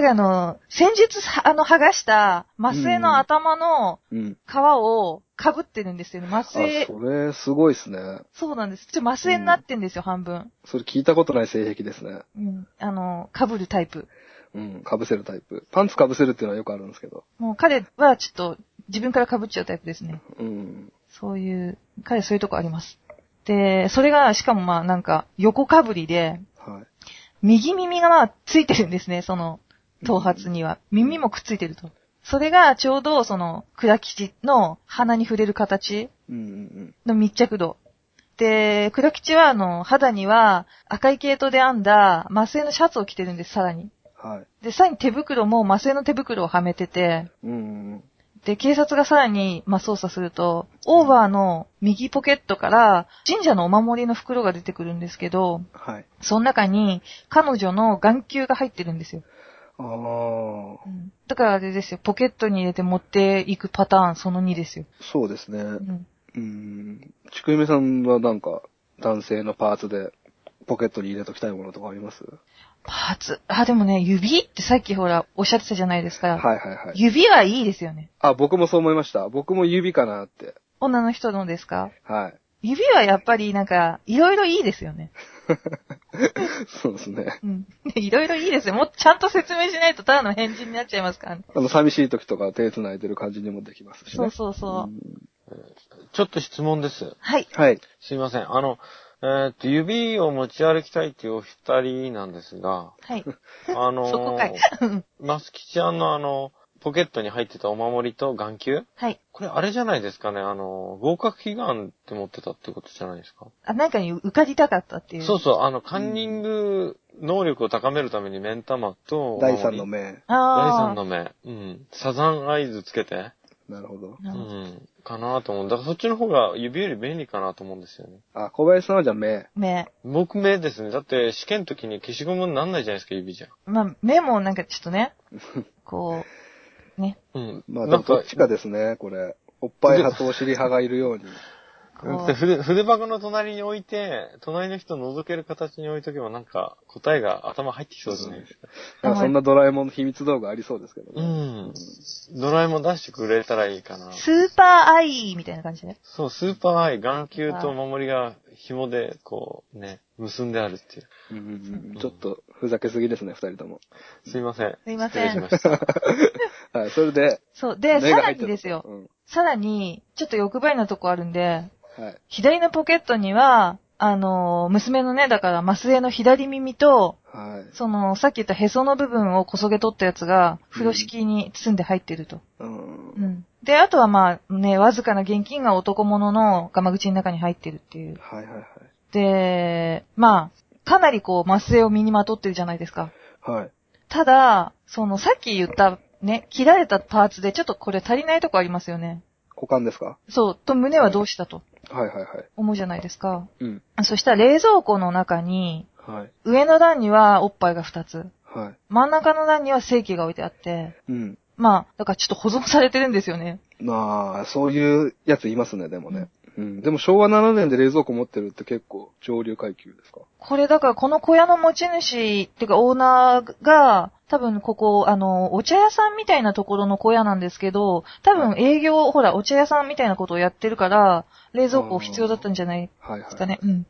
からあの、先日は、あの、剥がした、麻酔の頭のうん。皮を被ってるんですよね。麻あ、酔それ、すごいですね。そうなんです。ちょっと麻酔になってんですよ、半分。それ聞いたことない性癖ですね。うん。あの、被るタイプ。うん。被せるタイプ。パンツ被せるっていうのはよくあるんですけど。もう彼はちょっと自分から被っちゃうタイプですね。うん。そういう、彼そういうとこあります。で、それが、しかもまあなんか、横被りで、はい。右耳がまあついてるんですね、その、頭髪には。耳もくっついてると。それがちょうどその、倉吉の鼻に触れる形うんうんの密着度。で、黒吉は、あの、肌には赤い系統で編んだ麻酔のシャツを着てるんです、さらに。うん。はい。で、さらに手袋も麻酔の手袋をはめてて、うんうん。で、警察がさらに、まあ、捜査すると、オーバーの右ポケットから神社のお守りの袋が出てくるんですけど、はい。その中に彼女の眼球が入ってるんですよ。ああ。うんだからあれですよ、ポケットに入れて持っていくパターンその2ですよ。そうですね。うんうん。ちくゆめさんはなんか、男性のパーツで、ポケットに入れときたいものとかありますパーツ。あ、でもね、指ってさっきほら、おっしゃってたじゃないですか。はいはいはい。指はいいですよね。あ、僕もそう思いました。僕も指かなって。女の人のですかはい。 指はやっぱりなんか、いろいろいいですよね。そうですね。うん。 いろいろいいですよ。もうちゃんと説明しないとただの変人になっちゃいますから、ね。あの、寂しい時とか手繋いでる感じにもできますしね。そうそうそう。んちょっと質問です。はい。はい。すいません。あの、えーっと、指を持ち歩きたいっていうお二人なんで すが、はい。あのーそこかい。うんマスキちゃんのあの、ポケットに入ってたお守りと眼球はい。これあれじゃないですかね、あの、合格祈願って持ってたってことじゃないですか、あ、なんかに受かりたかったっていう。そうそう、あの、カンニング能力を高めるために目ん玉と、第三の目。目。第あ三の目。うん。サザンアイズつけて、なるほど。あ。うなるほどん。かなと思う。だからそっちの方が指より便利かなと思うんですよね。あ、小林さんはじゃあ目。目。僕目ですね。だって試験の時に消しゴムになんないじゃないですか、指じゃ。まあ、目もなんかちょっと ね、こう、ね。うん。まあ、でなもんどかっ、ちかですね、これ。おっぱい派とお尻派がいるように。こで筆筆箱の隣に置いて、隣の人を覗ける形に置いとけばなんか答えが頭入ってきそうじゃないですか。なんかそんなドラえもんの秘密道具ありそうですけどうね。ん。ドラえもん出してくれたらいいかなう、。スーパーアイみたいな感じで。そう、スーパーアイ、眼球とお守りが紐で、こう、ね、結んであるっていう。うんうんうんちょっと、ふざけすぎですね、二人とも。すいません。すいません失礼しました。はい、それで、そう。で、さ目がら入ってにるですよ。うさらに、ちょっと欲張りなとこあるんで、んはい。左のポケットには、あの、娘のね、だから、マスエの左耳と、はい。その、さっき言ったへその部分をこそげ取ったやつが、風呂敷に包んで入ってると。うんう。ん。で、あとはまあ、ね、わずかな現金が男物のガマ口の中に入ってるっていう。はいはいはい。で、まあ、かなりこう、マスエを身にまとってるじゃないですか。はい。ただ、その、さっき言った、ね、切られたパーツで、ちょっとこれ足りないとこありますよね。股間ですかそう、と胸はどうしたとはいはいはい。思うじゃないですか。うん。そしたら冷蔵庫の中に、はい。上の段にはおっぱいが2つ、はい。真ん中の段には正規が置いてあって、うん。まあ、だからちょっと保存されてるんですよね。まあ、そういうやついますね、でもね。ううん。でも昭和7年で冷蔵庫持ってるって結構上流階級ですかこれだからこの小屋の持ち主っていうかオーナーが、多分ここ、あの、お茶屋さんみたいなところの小屋なんですけど、多分営業、ほら、お茶屋さんみたいなことをやってるから、冷蔵庫必要だったんじゃないはいはい。ですかね。うん。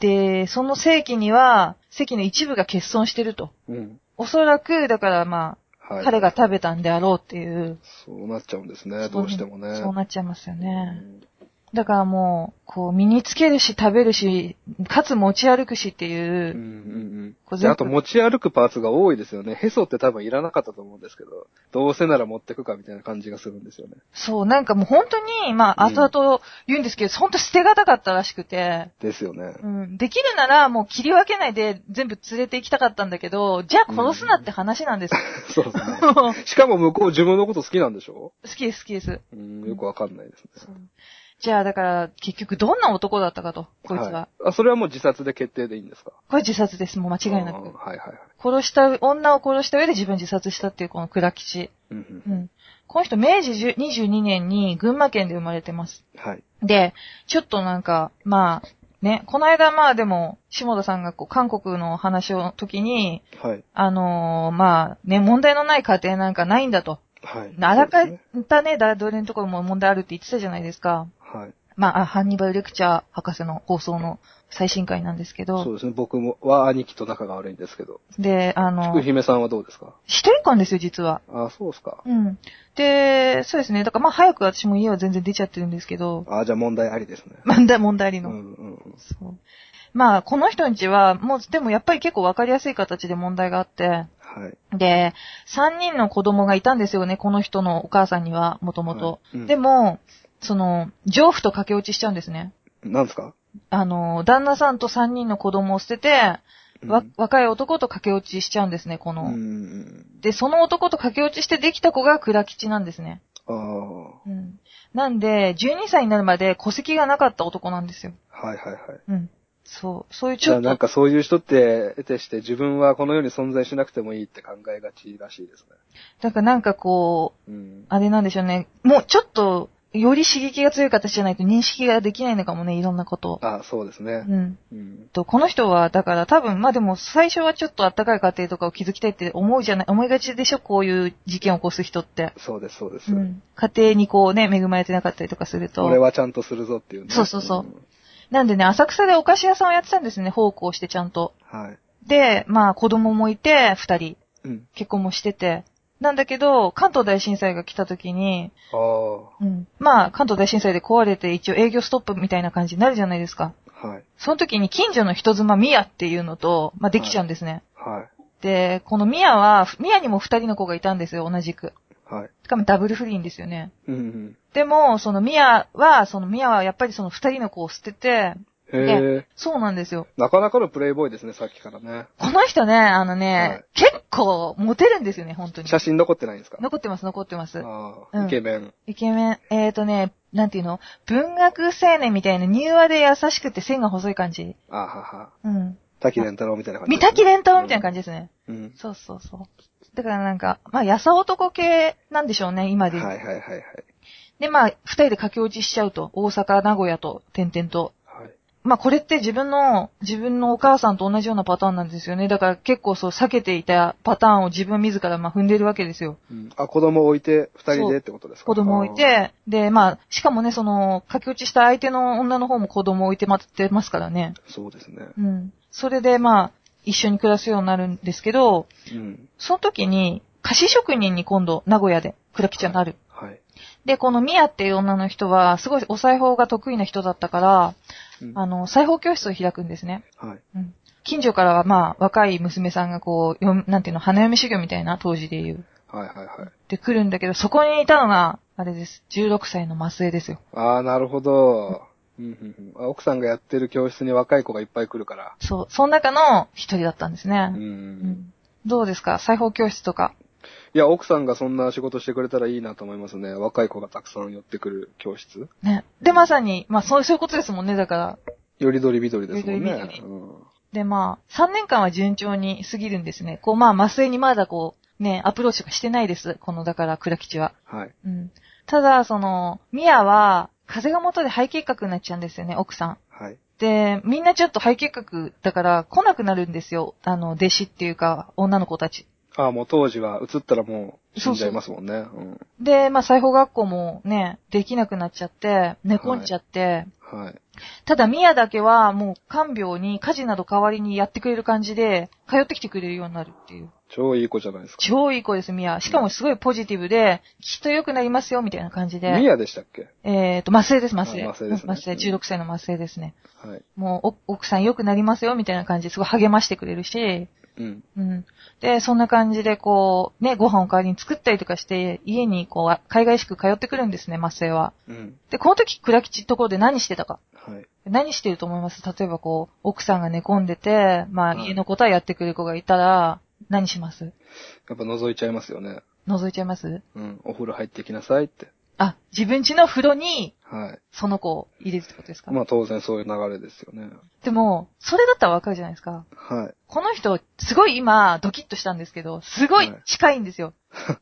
で、その正規には、席の一部が欠損してると。うん。おそらく、だからまあ、はい。彼が食べたんであろうっていう、そうなっちゃうんですね、どうしてもね。そうなっちゃいますようね。んだからもう、こう、身につけるし、食べるし、かつ持ち歩くしっていうんう、うんこう。うんで、全あ部と持ち歩くパーツが多いですよね。へそって多分いらなかったと思うんですけど、どうせなら持ってくかみたいな感じがするんですよね。そう、なんかもう本当に、まあ、うん後々言うんですけど、本当捨てがたかったらしくて、です よね。うん、できるならもう切り分けないで全部連れて行きたかったんだけど、じゃあ殺すなって話なんですよ。そうですね。 好しかも向こう自分のこと好きなんでしょきです、好きです。うん、よくわかんないですね。じゃあ、だから、結局どんな男だったかと、こいつは。はあ、それはもう自殺で決定でいいんですかこれ自殺です、もう間違いなうんく。はいはいはい。殺した、女を殺した上で自分自殺したっていうこの倉吉。うんううんん。この人、明治10 22年に群馬県で生まれてます。はい。で、ちょっとなんか、まあ、ね、この間まあでも、下田さんがこう、韓国の話を時に、はい。あのーまあ、ね、問題のない家庭なんかないんだと。はい。あらかそうですねたね、誰どれのところも問題あるって言ってたじゃないですか。はい。まああ、ハンニバルレクチャー博士の放送の最新回なんですけそうど。ですね。僕も、は兄貴と仲が悪いんですけど。で、あの福、姫さんはどうですか一人っ子なんですよ、実は。あ、そうですか。うん。で、そうですね。だからまあ早く私も家は全然出ちゃってるんですけど、あ、じゃあ問題ありですね。問題、問題ありうの。んうんそう。まあ、この人んちは、もう、でもやっぱり結構わかりやすい形で問題があって、はい。で、3人の子供がいたんですよね、この人のお母さんには、もともと。はい。うんで、も、その、丈夫と駆け落ちしちゃうんですね。何ですかあの、旦那さんと3人の子供を捨てて、わうん若い男と駆け落ちしちゃうんですね、こうんの。うん。で、その男と駆け落ちしてできた子が倉吉なんですね。ああ。はうん。なんで、12歳になるまで戸籍がなかった男なんですよ。いはいはい。うん。そう。そういうちじゃょあっなんと、かそういう人って、得てして自分はこの世に存在しなくてもいいって考えがちらしいですね。だからなんかこう、うん。あれなんでしょうね。もうちょっと、より刺激が強い形じゃないと認識ができないのかもね、いろんなことを。あ、そうですうね。ん。うん。と、この人は、だから多分、まあでも、最初はちょっと暖かい家庭とかを築きたいって思うじゃない、思いがちでしょ、こういう事件を起こす人って。そうですそうですう。ん。家庭にこうね、恵まれてなかったりとかする俺と。はちゃんとするぞっていうね。そうそうそうんなんでね、浅草でお菓子屋さんをやってたんですね、奉公してちゃんと。はい。で、まあ子供もいて、二人、うん。結婚もしてて。なんだけど、関東大震災が来た時に、ああ。はうん。まあ、関東大震災で壊れて一応営業ストップみたいな感じになるじゃないですか。い。その時に近所の人妻ミヤっていうのと、まあできちゃうんですね。はで、このミヤは、ミヤにも二人の子がいたんですよ、同じく。い。はい。しかもダブル不倫ですよね。うんうん。でも、そのミヤは、そのミヤはやっぱりその二人の子を捨てて、へえ。そうなんですよ。なかなかのプレイボーイですね、さっきからね。この人ね、あのね、はい結構モテるんですよね、本当に。写真残ってないんですか残ってます、残ってます。あうあ、んイケメン。イケメン、えーとね、なんていうの文学青年みたいな、柔和で優しくて線が細い感じ。あはは。うん。滝蓮太郎みたいな感じ。三滝連太郎みたいな感じですね。うん。そうそうそう。だからなんか、まあ、やさ男系なんでしょうね、今はで。いはいはいはい。で、まあ、二人で駆け落ちしちゃうと。大阪、名古屋と、点々と。はい。まあ、これって自分の、自分のお母さんと同じようなパターンなんですよね。だから結構そう、避けていたパターンを自分自ら、まあ、踏んでるわけですよ。うんあ、子供置いて、二人でってことですか子供置い。て、で、まあ、しかもね、その、駆け落ちした相手の女の方も子供置いて待ってますからね。あーそうですね。うん。それで、まあ、一緒に暮らすようになるんですけど、うん。その時に、菓子職人に今度、名古屋で、倉吉はなる。はい。で、このミヤっていう女の人は、すごいお裁縫が得意な人だったから、うんあの、裁縫教室を開くんですね。はい。近所からは、まあ、若い娘さんがこう、よんなんていうの、花嫁修行みたいな、当時で言う。はいはいはい。で、来るんだけど、そこにいたのが、あれです。16歳の末裔ですよ。ああ、なるほど。うんうんうんあ奥さんがやってる教室に若い子がいっぱい来るから。そう。その中の一人だったんですう。ね。うんんどうですか裁縫教室とか。いや、奥さんがそんな仕事してくれたらいいなと思いますね。若い子がたくさん寄ってくる教室。ね。で、まさに、まあ、そうそういうことですもんね、だから。よりどりみどりですもよんね。りどりみどうんで、まあ、3年間は順調に過ぎるんですね。こう、まあ、麻酔にまだこう、ね、アプローチがしてないです。この、だから、倉吉は。はい。うん。ただ、その、ミヤは、風が元で肺結核になっちゃうんですよね、奥さん。はい。で、みんなちょっと肺結核だから来なくなるんですよ。あの、弟子っていうか、女の子たち。ああ、もう当時は移ったらもう死んじゃいますもんね。うん。で、まあ、裁縫学校もね、できなくなっちゃって、寝込んじゃって、はい。ただ、宮だけはもう看病に家事など代わりにやってくれる感じで、通ってきてくれるようになるっていう。超いい子じゃないですか。超いい子です、宮。しかもすごいポジティブで、きっと良くなりますよ、みたいな感じで。ミヤでしたっけえっ、と、麻酔です、麻酔。あ麻酔ですね麻酔、16歳の麻酔ですね。はい。もう、お奥さん良くなりますよ、みたいな感じですごい励ましてくれるし、うん。うん。で、そんな感じで、こう、ね、ご飯を代わりに作ったりとかして、家に、こうあ、海外宿通ってくるんですね、麻酔は。うん。で、この時、倉吉ところで何してたか。はい。何してると思います例えばこう、奥さんが寝込んでて、まあ、はい家のことはやってくれる子がいたら、何しますやっぱ覗いちゃいますよね。覗いちゃいますうん。お風呂入ってきなさいって。あ、自分家の風呂に、はい。その子を入れるってことですか、まあ当然そういう流れですよね。でも、それだったらわかるじゃないですか。はい。この人、すごい今、ドキッとしたんですけど、すごい近いんですよ。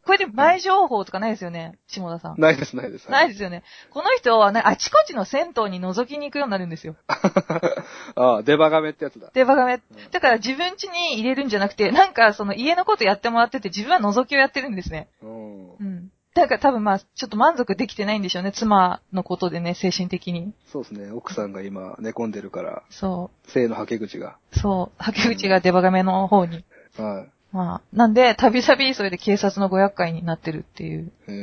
これで前情報とかないですよね、下田さん。ないです、ないです。ないでですよね。この人は、ね、あちこちの銭湯に覗きに行くようになるんですよ。す。ああ、デバガメってやつだ。で、バカめうんだから自分家に入れるんじゃなくて、なんかその家のことやってもらってて自分は覗きをやってるんですね。うんう。ん。だから多分まあ、ちょっと満足できてないんでしょうね。妻のことでね、精神的に。そうですね。奥さんが今寝込んでるから、そ性の吐け口が。う。そう。吐き口がデバガメの方に。はまあ、なんで、たびたびそれで警察のご厄介になってるっていう。うい。へえ。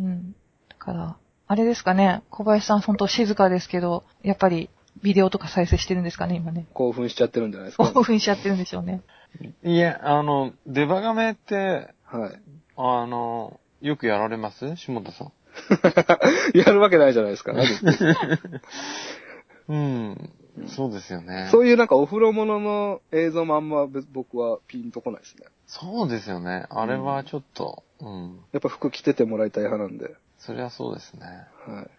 ん。だから、あれですかね。小林さん本当静かですけど、やっぱり、ビデオとか再生してるんですかね、今ね。興奮しちゃってるんじゃないですか。興奮しちゃってるんでしょうね。いや、あの、デバガメって、はい。あの、よくやられます下田さん。 やるわけないじゃないですか。うん。そうですよね。そういうなんかお風呂物の映像もあんま別僕はピンとこないですね。そうですよね。あれはちょっと、うん。やっぱ服着ててもらいたい派なんで。そりゃそうですね。はい。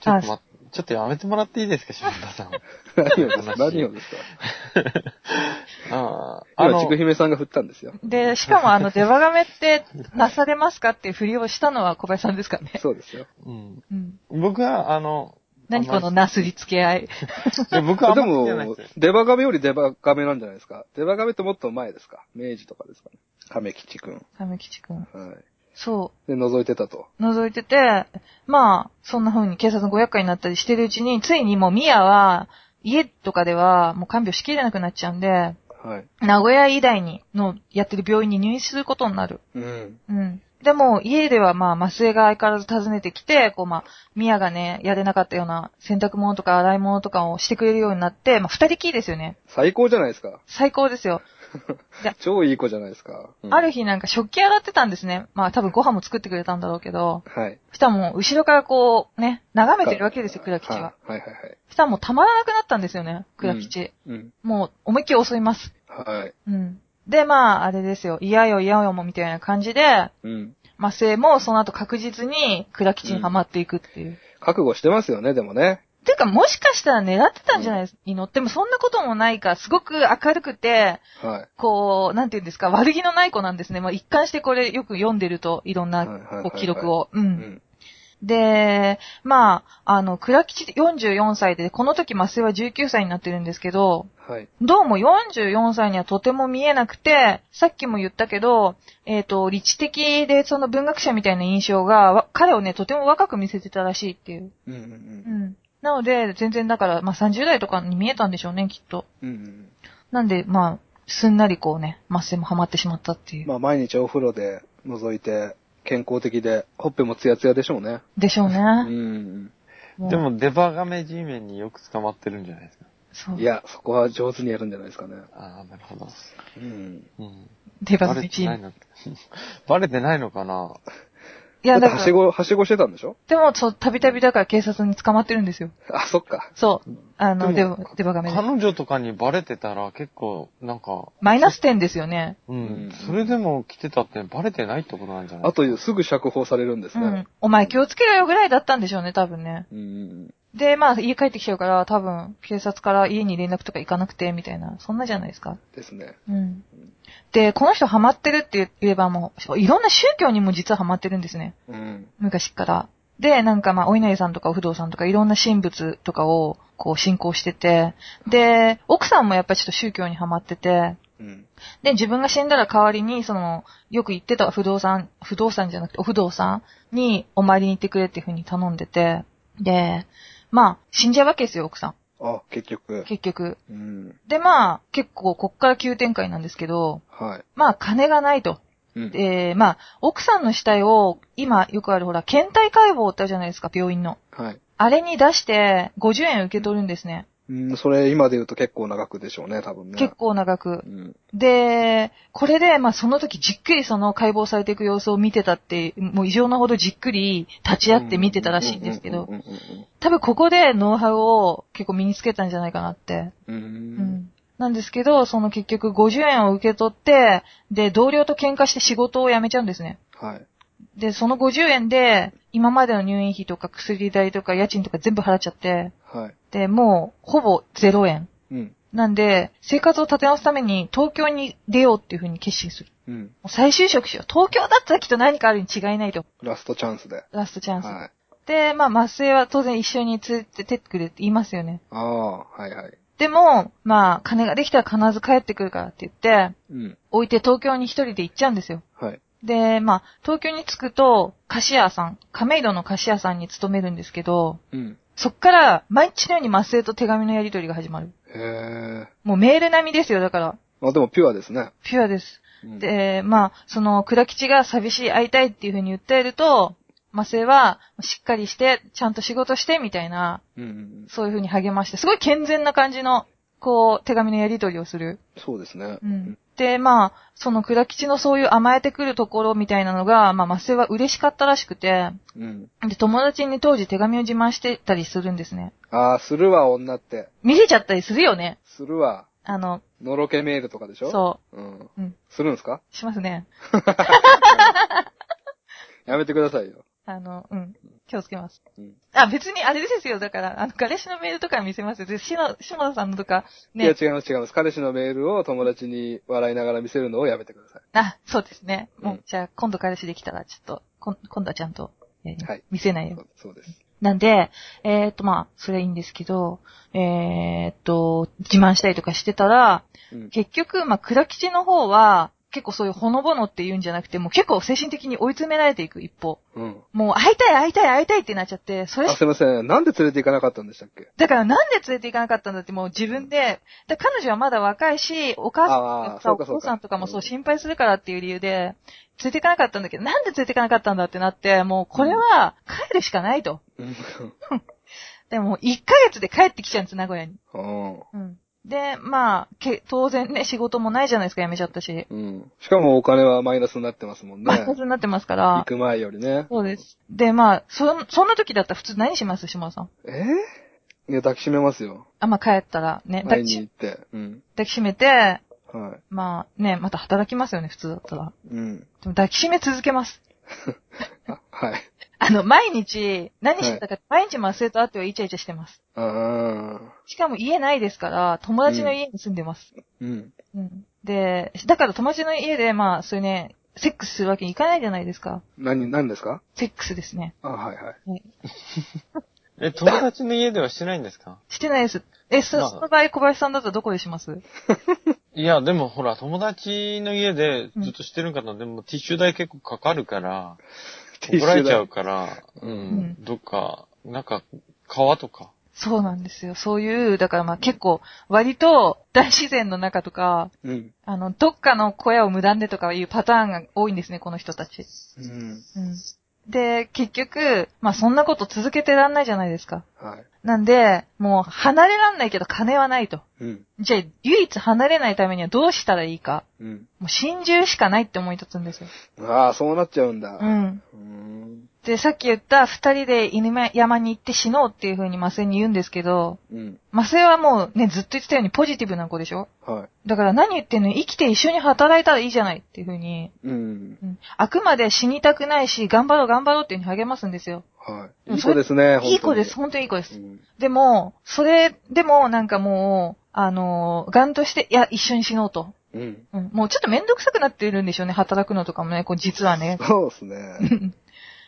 ちょっとま、ちょっとやめてもらっていいですか、下田さ ん。何をですか話何をですかああ、あ今、ちのく、姫さんが振ったんですよ。 で、しかもあの、デバガメって、なされますかっていうふりをしたのは小林さんですかね。そうですよ。うん。うん。僕は、あの、何このなすりつけ合い。いや僕はあんでま好きじゃないもです、デバガメよりデバガメなんじゃないですか。デバガメってもっと前ですか。明治とかですかね。亀吉くん。亀吉くん。はい。そで、覗いてたと。う。覗いてて、まあ、そんな風に警察のご厄介になったりしてるうちに、ついにもうミヤは、家とかではもう看病しきれなくなっちゃうんで、はい。名古屋医大に、のやってる病院に入院することになる。うん。うん。でも、家ではまあ、麻酔が相変わらず訪ねてきて、こうまあ、ミヤがね、やれなかったような洗濯物とか洗い物とかをしてくれるようになって、まあ、二人きりですよね。最高じゃないですか。最高ですよ。超いい子じゃないですか。うんある日なんか食器洗ってたんですね。まあ多分ご飯も作ってくれたんだろうけど、はい。そしたらもう後ろからこうね、眺めてるわけですよ、倉吉は。はいはいはいはい。そしたらもうたまらなくなったんですよね、倉吉。うん。もう思いっきり襲います。はい。うん。で、まああれですよ、いやよいやよもみたいな感じで、うん。麻酔もその後確実に倉吉にはまっていくっていう。覚悟してますよね、でもね。てかもしかしたら狙ってたんじゃないの、でもそんなこともないか、すごく明るくて、はい。こう、なんて言うんですか、悪気のない子なんですね。まあ一貫してこれよく読んでると、いろんなはいはいはいこはうい記録。を。う。うんん。で、まあ、あの、倉吉44歳で、この時麻酔は19歳になってるんですけど、はい。どうも44歳にはとても見えなくて、さっきも言ったけど、えっ、と、理知的でその文学者みたいな印象が、わ彼をね、とても若く見せてたらしいっていう。うんうんう。ん。なので、全然だから、まあ30代とかに見えたんでしょうね、きっと。うんうんなんで、まあ、すんなりこうね、麻酔もハマってしまったっていう。まあ、毎日お風呂で覗いて、健康的で、ほっぺもツヤツヤでしょうね。でしょううね。ん。うでも、デバガメ G メンによく捕まってるんじゃないですか。そう。いや、そこは上手にやるんじゃないですかね。ああ、なるほど。うん。うん。デババズレビてチーなムい。のバレてないのかないだや、ってだかはしら、ご、はしごしてたんでしょ でも、そう、たびたびだから警察に捕まってるんですよ。あ、そっか。そう。あの、でデもバ、デバがめで彼女とかにバレてたら結構、なんか、マイナス点ですよね。うん、うんそれでも来てたってバレてないってことなんじゃないあと、すぐ釈放されるんですうねん。。お前気をつけろよぐらいだったんでしょうね、多分ね。うん。うんで、まあ、家帰ってきちゃうから、多分、警察から家に連絡とか行かなくて、みたいな、そんなじゃないですか。ですね。うん。で、この人ハマってるって言えばもう、いろんな宗教にも実はハマってるんですね。うん。昔から。で、なんかまあ、お稲荷さんとかお不動さんとかいろんな神仏とかをこう信仰してて、で、奥さんもやっぱりちょっと宗教にハマってて、うん。で、自分が死んだら代わりに、その、よく言ってた不動産、不動産じゃなくてお不動産にお参りに行ってくれっていう風に頼んでて、で、まあ、死んじゃうわけですよ、奥さん。あ、結局。結局。うん。で、まあ、結構、こっから急展開なんですけど、はい。まあ、金がないと。うん。で、まあ、奥さんの死体を、今よくあるほら、検体解剖ってあるじゃないですか、病院の。はい。あれに出して、50円受け取るんですね。うん、それ今で言うと結構長くでしょうね、多分ね。結構長く。うん。で、これで、まあ、その時じっくりその解剖されていく様子を見てたって、もう異常なほどじっくり立ち会って見てたらしいんですけどう、んうんうん多分ここでノウハウを結構身につけたんじゃないかなって。うんうん。ううんん。なんですけど、その結局50円を受け取って、で、同僚と喧嘩して仕事を辞めちゃうんですね。はい。で、その50円で、今までの入院費とか薬代とか家賃とか全部払っちゃって、はい。で、もうほぼ0円。うん。なんで、生活を立て直すために東京に出ようっていうふうに決心する。うん。もう再就職しよう。東京だったらきっと何かあるに違いないと。ラストチャンスで。ラストチャンス。はい。で、まあ、麻酔は当然一緒に連れてってくれって言いますよね。ああ、はいはい。でも、まあ、金ができたら必ず帰ってくるからって言って、うん。置いて東京に一人で行っちゃうんですよ。はい。で、まあ、東京に着くと、菓子屋さん、亀戸の菓子屋さんに勤めるんですけど、うん。そっから、毎日のように麻酔と手紙のやり取りが始まる。へえ。もうメール並みですよ、だから。あ、でもピュアですね。ピュアです。うん、で、まあ、その、倉吉が寂しい、会いたいっていう風に訴えると、マセは、しっかりして、ちゃんと仕事して、みたいな、うんうんうん。そういう風に励まして、すごい健全な感じの、こう、手紙のやり取りをする。そうですね。うん。で、まあ、その倉吉のそういう甘えてくるところみたいなのが、まあ、マセは嬉しかったらしくて、うん。で、友達に当時手紙を自慢してたりするんですね。ああ、するわ、女って。見せちゃったりするよね。するわ。あの、のろけメールとかでしょ。そううん。うんするんですかう、しますね。やめてくださいよ。あの、うん。気をつけます。うんあ、別にあれですよ。だから、あの、彼氏のメールとか見せますよ。で、しの、しのさんのとか、いや、ね。違います、違います。彼氏のメールを友達に笑いながら見せるのをやめてください。あ、そうですね。もう、うんじゃあ、今度彼氏できたら、ちょっと、こん今度はちゃんと、えーはい見せないようそうに。そうです。なんで、えーっと、まあ、それはいいんですけど、えーっと、自慢したりとかしてたら、うん。結局、まあ、倉吉の方は、結構そういうほのぼのっていうんじゃなくて、もう結構精神的に追い詰められていく一方。うん。もう会いたい会いたい会いたいってなっちゃって、それしあ、すいません。なんで連れて行かなかったんでしたっけだからなんで連れて行かなかったんだってもう自分で、だから彼女はまだ若いし、お母さんあーとかそうおかそうか父さんとかもそううん心配するからっていう理由で、連れて行かなかったんだけど、なんで連れて行かなかったんだってなって、もうこれは帰るしかないと。うん。でも1ヶ月で帰ってきちゃうんです、名古屋に。うんうん。で、まあ、け当然ね、仕事もないじゃないですか、辞めちゃったし。うん。しかもお金はマイナスになってますもんマねイ。ナスになってますか行ら。く前よりね。そうです。で、まあ、そん、そんな時だったら普通何します島田さん。えーいや、抱きしめますよ。あ、まあ帰ったらね、抱会いきにし行って。うん。抱きしめて、はまあね、また働きますよね、普通だったら。い。うん。でも抱きしめ続けます。あ、はい。あの、毎日、何してたか、毎日麻酔と会ってはイチャイチャしてます。ああ。しかも家ないですから、友達の家に住んでます。うん。うん。で、だから友達の家で、まあ、そういうね、セックスするわけにいかないじゃないですか。何、何ですかセックスですね。あ、はいはい。え、友達の家ではしてないんですかしてないです。え、なそ、あその場合小林さんだったらどこでしますいや、でもほら、友達の家でずっとしてる方、でもティッシュ代結構かかるから、 怒られちゃうから、うん、うどっか、なんか、川とか。そうなんですよ。そういう、だからまあ結構、割と大自然の中とか、うん。あの、どっかの小屋を無断でとかいうパターンが多いんですね、この人たち。うん。うん。で、結局、まあそんなこと続けてらんないじゃないですか。はい。なんで、もう離れらんないけど金はないと。うん。じゃあ、唯一離れないためにはどうしたらいいか。うん。もう心中しかないって思い立つんですよ。ああ、そうなっちゃうんだ。う。うんーん。で、さっき言った二人で犬山に行って死のうっていう風にマセに言うんですけど、うん。マセはもうね、ずっと言ってたようにポジティブな子でしょはだから何言ってんの生きて一緒に働いたらいいじゃないっていう風に、い。うん。うん。あくまで死にたくないし、頑張ろう頑張ろうっていう風に励ますんですよ。はい。いでもい子ですね、本当にいい子です。。本当にいい子ですう。ん。でも、それでもなんかもう、あのー、ガンとして、いや、一緒に死のうと。うん。うん、もうちょっとめんどくさくなってるんでしょうね、働くのとかもね、こう実はね。そうですね。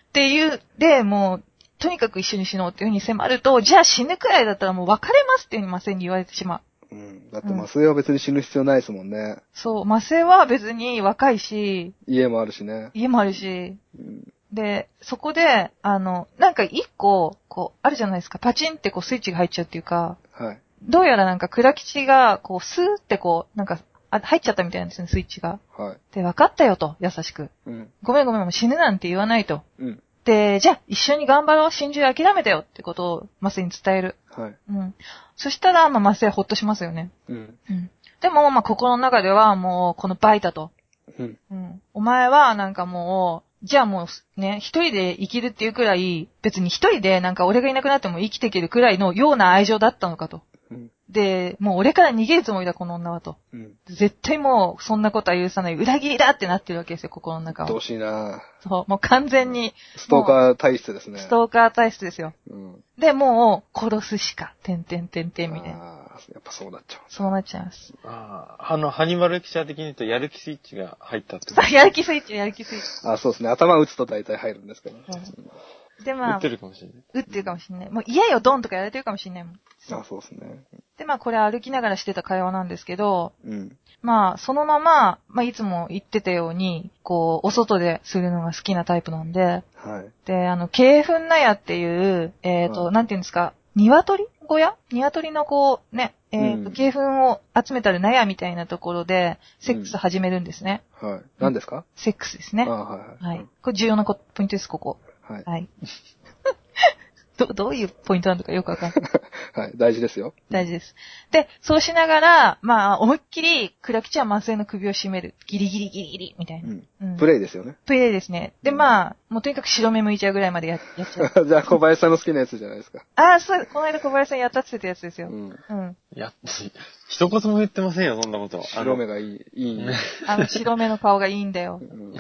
っていう、で、もう、とにかく一緒に死のうっていうふうに迫ると、じゃあ死ぬくらいだったらもう別れますっていうふうにマセに言われてしまう。うん。だって、麻酔は別に死ぬ必要ないですもんね。そう、マセは別に若いし、家もあるしね。家もあるし、うん。で、そこで、あの、なんか一個、こう、あるじゃないですか、パチンってこうスイッチが入っちゃうっていうか、はい。どうやらなんか倉吉が、こう、スーってこう、なんか、あ入っちゃったみたいなんですね、スイッチが。はい。で、分かったよと、優しく。うん。ごめんごめん、もう死ぬなんて言わないと。うん。で、じゃあ、一緒に頑張ろう、心中諦めたよってことを、マスに伝える。はい。うん。そしたら、まあ、マスはほっとしますよね。うん。うん。でも、まあ、心の中では、もう、このバイタと。うん。うん。お前は、なんかもう、じゃあもう、ね、一人で生きるっていうくらい、別に一人で、なんか俺がいなくなっても生きていけるくらいのような愛情だったのかと。うん。で、もう俺から逃げるつもりだ、この女はと。うん。絶対もう、そんなことは許さない。裏切りだってなってるわけですよ、心の中どうは。しいなそう、もう完全に、ストーカー体質ですね。ストーカー体質ですよ。うん。で、もう、殺すしか、てんてんてんてんみたいな。ああ、やっぱそうなっちゃう。そうなっちゃいます。ああ、あの、ハニマルエキシャー的に言うと、やる気スイッチが入ったってことさ。あ、やる気スイッチ、やる気スイッあそうですね。頭打つと大体入るんですけど。チ。で、打まあっ、てるかもしれない。打ってるかもしんない。もう、嫌よ、ドンとかやられてるかもしんないもん。あそうですね。で、まあ、これ歩きながらしてた会話なんですけど、うん。まあ、そのまま、まあ、いつも言ってたように、こう、お外でするのが好きなタイプなんで、はい。で、あの、慶粉納屋っていう、えっ、と、はいなんていうんですか、鶏小屋鶏のこう、ね、えっ、うと、ん鶏粉を集めたる納屋みたいなところで、セックス始めるんですね。はい。何ですかセックスですあね。はいははいい。。これ重要なこポイントです、ここ。はい。 はい。ど、どういうポイントなのかよくわかんない。はい。大事ですよ。大事です。で、そうしながら、まあ、思いっきり、倉吉は麻酔の首を絞める。ギリギリギリギリ、みたいうな。ん。うん。プレイですよね。 プレイですね。で、まあ、もうとにかく白目向いちゃうぐらいまでややっちゃ う。じゃあ、小林さんの好きなやつじゃないですか。ああ、そう、この間小林さんやったって言ってたやつですうよ。ん。うん。や、 一言も言ってませんよ、そんなこと。あ白の目がいい、いいね。あの、白目の顔がいいんだよう。ん。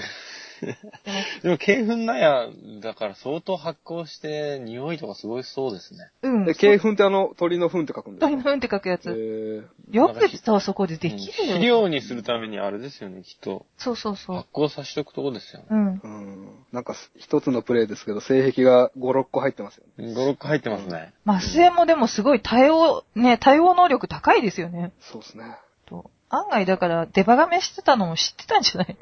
でもでも、鶏粉納屋だから相当発酵して、匂いとかすごいそうですね。うん。で、鶏粉ってあの、鳥の糞って書くんです鳥のか糞って書くやえつ。ーよくさ、そこでできうんる肥よ。料にするためにあれですよね、きっと。そうそうそう発。酵させとくとこですよね。うん。うん。なんか、一つのプレイですけど、性癖が5、6個入ってますよね。 5、6入ってますね。マスエもでもすごい対応、ね、対応能力高いですよね。そうですね。と案外だから、デバガメしてたのも知ってたんじゃない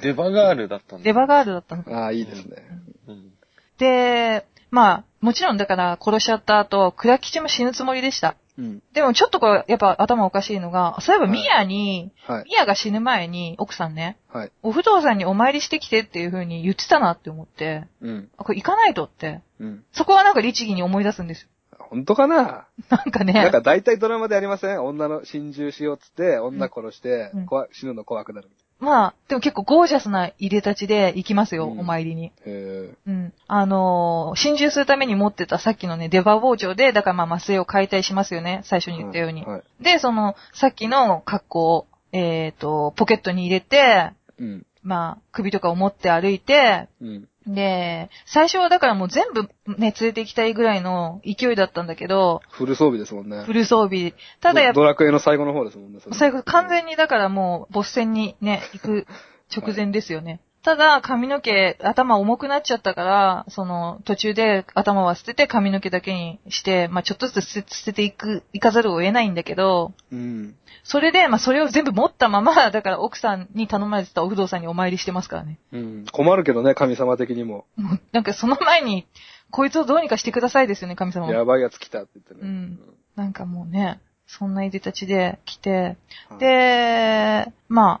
デバガールだったんで。デバガールだったのか。ああ、いいですね。うん。で、まあ、もちろんだから殺しちゃった後、倉吉も死ぬつもりでした。うん。でもちょっとこれ、やっぱ頭おかしいのが、そういえばはいミヤに、はい。ミヤが死ぬ前に、奥さんね、はい。お不動産にお参りしてきてっていう風に言ってたなって思って、うん。あこれ行かないとって。うん。そこはなんか律儀に思い出すんですよ。 本当かななんかね。なんか大体ドラマでありません女の心中しようっつって、女殺して、うん怖死ぬの怖くなる。まあ、でも結構ゴージャスな入れたちで行きますよ、うんお参りに。へうん。あのー、心中するために持ってたさっきのね、デバ包丁で、だからまあ麻酔を解体しますよね、最初え。に言ったように。はい。で、その、さっきの格好を、えっ、と、ポケットに入れて、うん。まあ、首とかを持って歩いて、うん。で、最初はだからもう全部ね、連れて行きたいぐらいの勢いだったんだけど、フル装備ですもんねフ。ル装備。ただやっぱドドラクエの最後の方ですもんね。それ最後、完全にだからもう、ボス戦にね、行く直前ですよね。ただ、髪の毛、頭重くなっちゃったから、その、途中で頭は捨てて髪の毛だけにして、まあちょっとずつ捨て捨てていく、いかざるを得ないんだけど、うん。それで、まあそれを全部持ったまま、 だから奥さんに頼まれてたお不動産にお参りしてますからね。うん。困るけどね、神様的にも。もうなんかその前に、こいつをどうにかしてくださいですよね、神様もやばいやつ来たって言ってね。うんなんかもうね、そんないでたちで来て、はいで、まあ、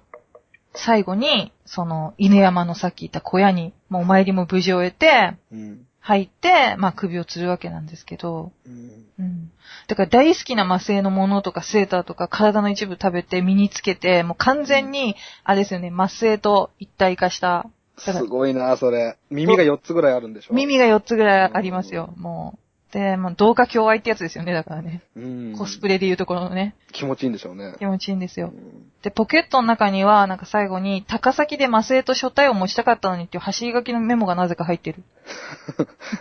最後に、その、犬山のさっき言った小屋に、まあ、お参りも無事終えて、うん。入って、まあ、首を吊るわけなんですけど、うん。うん。だから大好きな麻酔のものとかセーターとか体の一部食べて身につけて、もう完全に、あれですよね、麻酔と一体化した、すごいな、それ。耳が4つぐらいあるんでしょ。耳が4つぐらいありますよ、もう。で、もう、同化共愛ってやつですよね、だからね。うん。コスプレでいうところのね、気持ちいいんでしょうね。気持ちいいんですよう。んで、ポケットの中には、なんか最後に、高崎で麻酔と書体を持ちた かったのにっていう走り書きのメモがなぜか入ってる。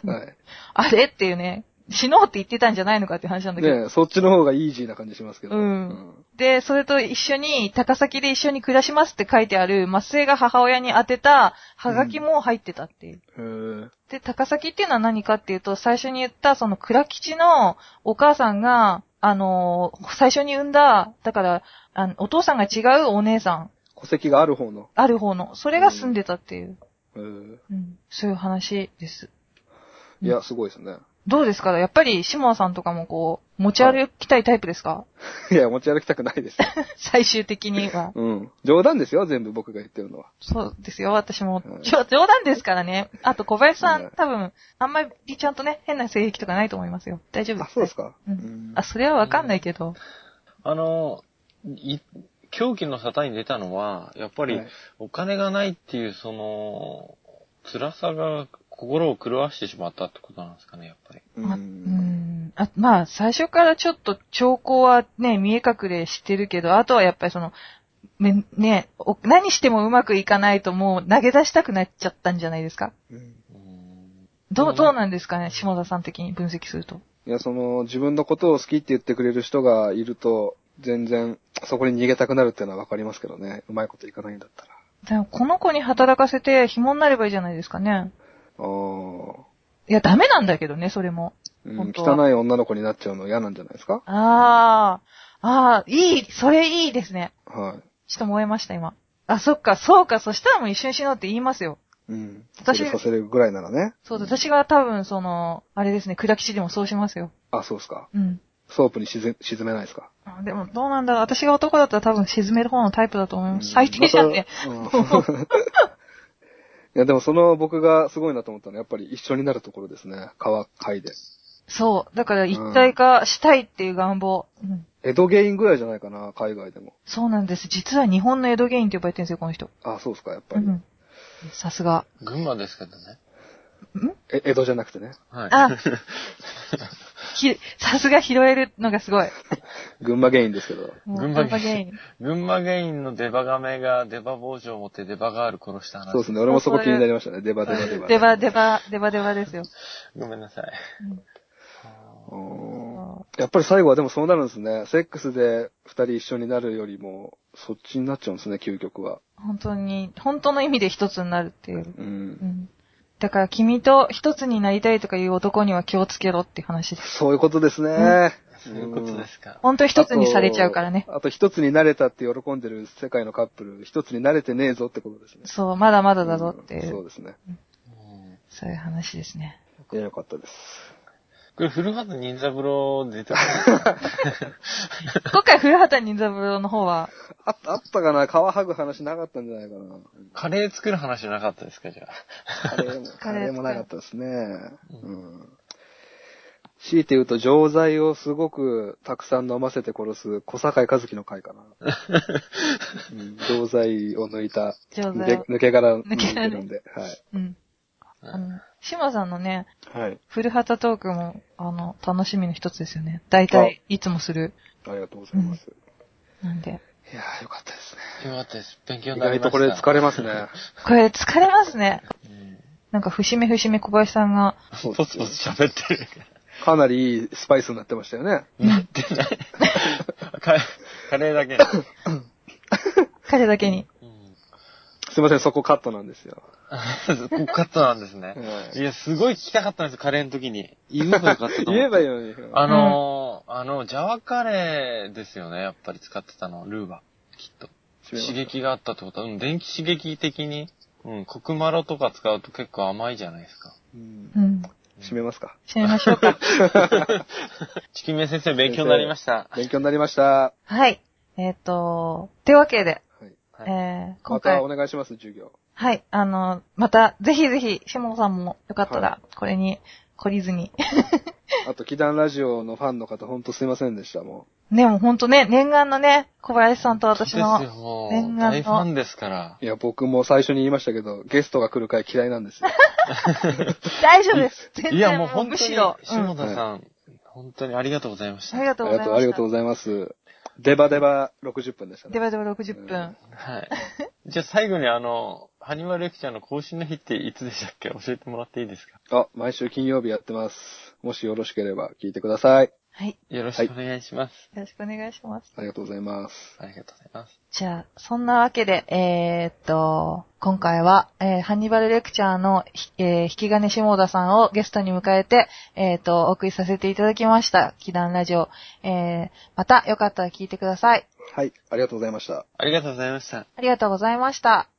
はい。あれっていうね、死のうって言ってたんじゃないのかっていう話なんだけど。ねえそっちの方がイージーな感じしますけど。うんで、それと一緒に、高崎で一緒に暮らしますって書いてある、末裔が母親に宛てた、ハガキも入ってたっていう。うん。へえで、高崎っていうのは何かっていうと、最初に言った、その倉吉のお母さんが、あのー最初に産んだ、だから、あのお父さんが違うお姉さん、戸籍がある方の。ある方の、それが住んでたっていう、へえうん、そういう話です。いや、すごいですね。 どうですかやっぱり、下田さんとかもこう、持ち歩きたいタイプですか、いや、持ち歩きたくないです。 最終的には。うん。冗談ですよ、全部僕が言ってるのは。そうですよ、私もうん。ちょ冗談ですからね。あと、小林さうんん、多分、あんまりちゃんとね、変な性癖とかないと思いますよ。大丈夫あ、そうですか。う。うんんあ、それはわかんないけど。あの、い狂気の沙汰に出たのは、やっぱりはいお金がないっていう、その、辛さが心を狂わしてしまったってことなんですかね、やっぱり。う。まあうんん。あまあ、最初からちょっと兆候はね、見え隠れしてるけど、あとはやっぱりその、めねお何してもうまくいかないともう投げ出したくなっちゃったんじゃないですかうんうんどうう、んどうなんですかね下田さん的に分析すると。いや、その、自分のことを好きって言ってくれる人がいると、全然、そこに逃げたくなるっていうのはわかりますけどね。うまいこといかないんだったら。でもこの子に働かせて紐になればいいじゃないですかね。あー。いや、ダメなんだけどね、それも。うん、本当は汚い女の子になっちゃうの嫌なんじゃないですかああ、ああ、いい、それいいですね。はちょっと燃えました、今。あ、そっか、そうか、そしたらもう一緒に死のうって言いますよ。い。うん。私それさせるぐらいならね。そうだ、私が多分、その、あれですね、倉吉でもそうしますよ。あ、そうですか。うん。ソープに沈沈めないですか。あでも、どうなんだろう。私が男だったら多分沈める方のタイプだと思います。最低じゃんね。まあそれうん いや、でもその僕がすごいなと思ったのは、やっぱり一緒になるところですね。川、海で。そう。だから、一体化したいっていう願望。うん。江戸ゲインぐらいじゃないかな、海外でも。そうなんです。実は日本の江戸芸人って呼ばれてるんですよ、この人。あ、そうですか、やっぱうり。ん。さすが。群馬ですけどね。え江戸じゃなくてね。はい。 あひ、さすが拾えるのがすごい。群馬ゲインですけど。もう群馬群馬芸人。群馬原因のデバガメがデバ包丁を持ってデバガール殺した話。そうですね、俺もそこ気になりましたね。デバデバデバ。デバデバ、デバデバですよ。ごめんなさい。ううんんやっぱり最後はでもそうなるんですね。セックスで二人一緒になるよりも、そっちになっちゃうんですね、究極は。本当に、本当の意味で一つになるっていう。うんう。ん。だから君と一つになりたいとかいう男には気をつけろっていう話です。そういうことですね。そういうことですか。本当一つにされちゃうからね。あと。あと一つになれたって喜んでる世界のカップル、一つになれてねえぞってことですね。そう、まだまだだぞっていんう、そうそうですね。うんいう話ですね。いやよかったです。これ、古畑任三郎出てます今回、古畑任三郎の方は、ああったかな皮剥ぐ話なかったんじゃないかな。カレー作る話なかったですか、じゃあ。カレーも、カカレーレーもなかったですね。うん。強いて言うと、錠剤をすごくたくさん飲ませて殺す小坂井和樹の 回かな。うん錠剤を抜いた、上抜手け抜け殻抜抜けいて殻ねるんで。うん。あの、志麻さんのね、はい。はい。古畑トークも、あの、楽しみの一つですよね。大体、いつもする。ありがとうございます。なんで。いやー、よかったですね。よかったです。勉強意になりまし外た。とこれ疲れますね。これ、疲れますね。うんなんか、節目節目小林さんが、そうポツポツ喋ってる。かなりいいスパイスになってましたよね。なってない。カレー、カレーだけ。彼だけに。うんすいません、そこカットなんですよ。ここカットなんですね。はいいや、すごい聞きたかったんですよ、カレーの時に。言えばよかったと思う言えばいいのに。あのー、あの、ジャワカレーですよね、やっぱり使ってたの、ルーは。きっと。刺激があったってことは、うん、電気刺激的に、うん、コクマロとか使うと結構甘いじゃないですか。うんうん。締めますか。締めましょう か。チキンメイ先生、勉強になりました。勉強になりました。ははい。えっ、と、てわけで、い。はいえー、今ま回、たお願いします、授業。はい、あの、また、ぜひぜひ、下野さんもよかったはら、これに、懲りずに。あと、祈願ラジオのファンの方、ほんとすいませんでした、もね、もうほんとね、念願のね、小林さんと私そうでの、すよ、もう念願。の大ファンですから。う。いや、僕も最初に言いましたけど、ゲストが来る回嫌いなんですよ。大丈夫です。全然、いや、もう本む当に、し下ろ、うん。田さん、本当にありがとうございましありた。がとうございまありしがとたうご。ざいます。デバデバ60分でしたでね。はでは60分。はい。じゃあ最後にあの、ハニマルレクチャーの更新の日っていつでしたっけ教えてもらっていいですかあ、毎週金曜日やってます。もしよろしければ聞いてください。はい。よろしくお願いします。よろしくお願いします。ありがとうございます。ありがとうございます。じゃあ、そんなわけで、えーっと、今回は、えーハンニバルレクチャーのひ、えー引き金下田さんをゲストに迎えて、えーっと、お送りさせていただきました。祈願ラジオ。えー、またよかったら聞いてください。はい、ありがとうございました。ありがとうございました。ありがとうございました。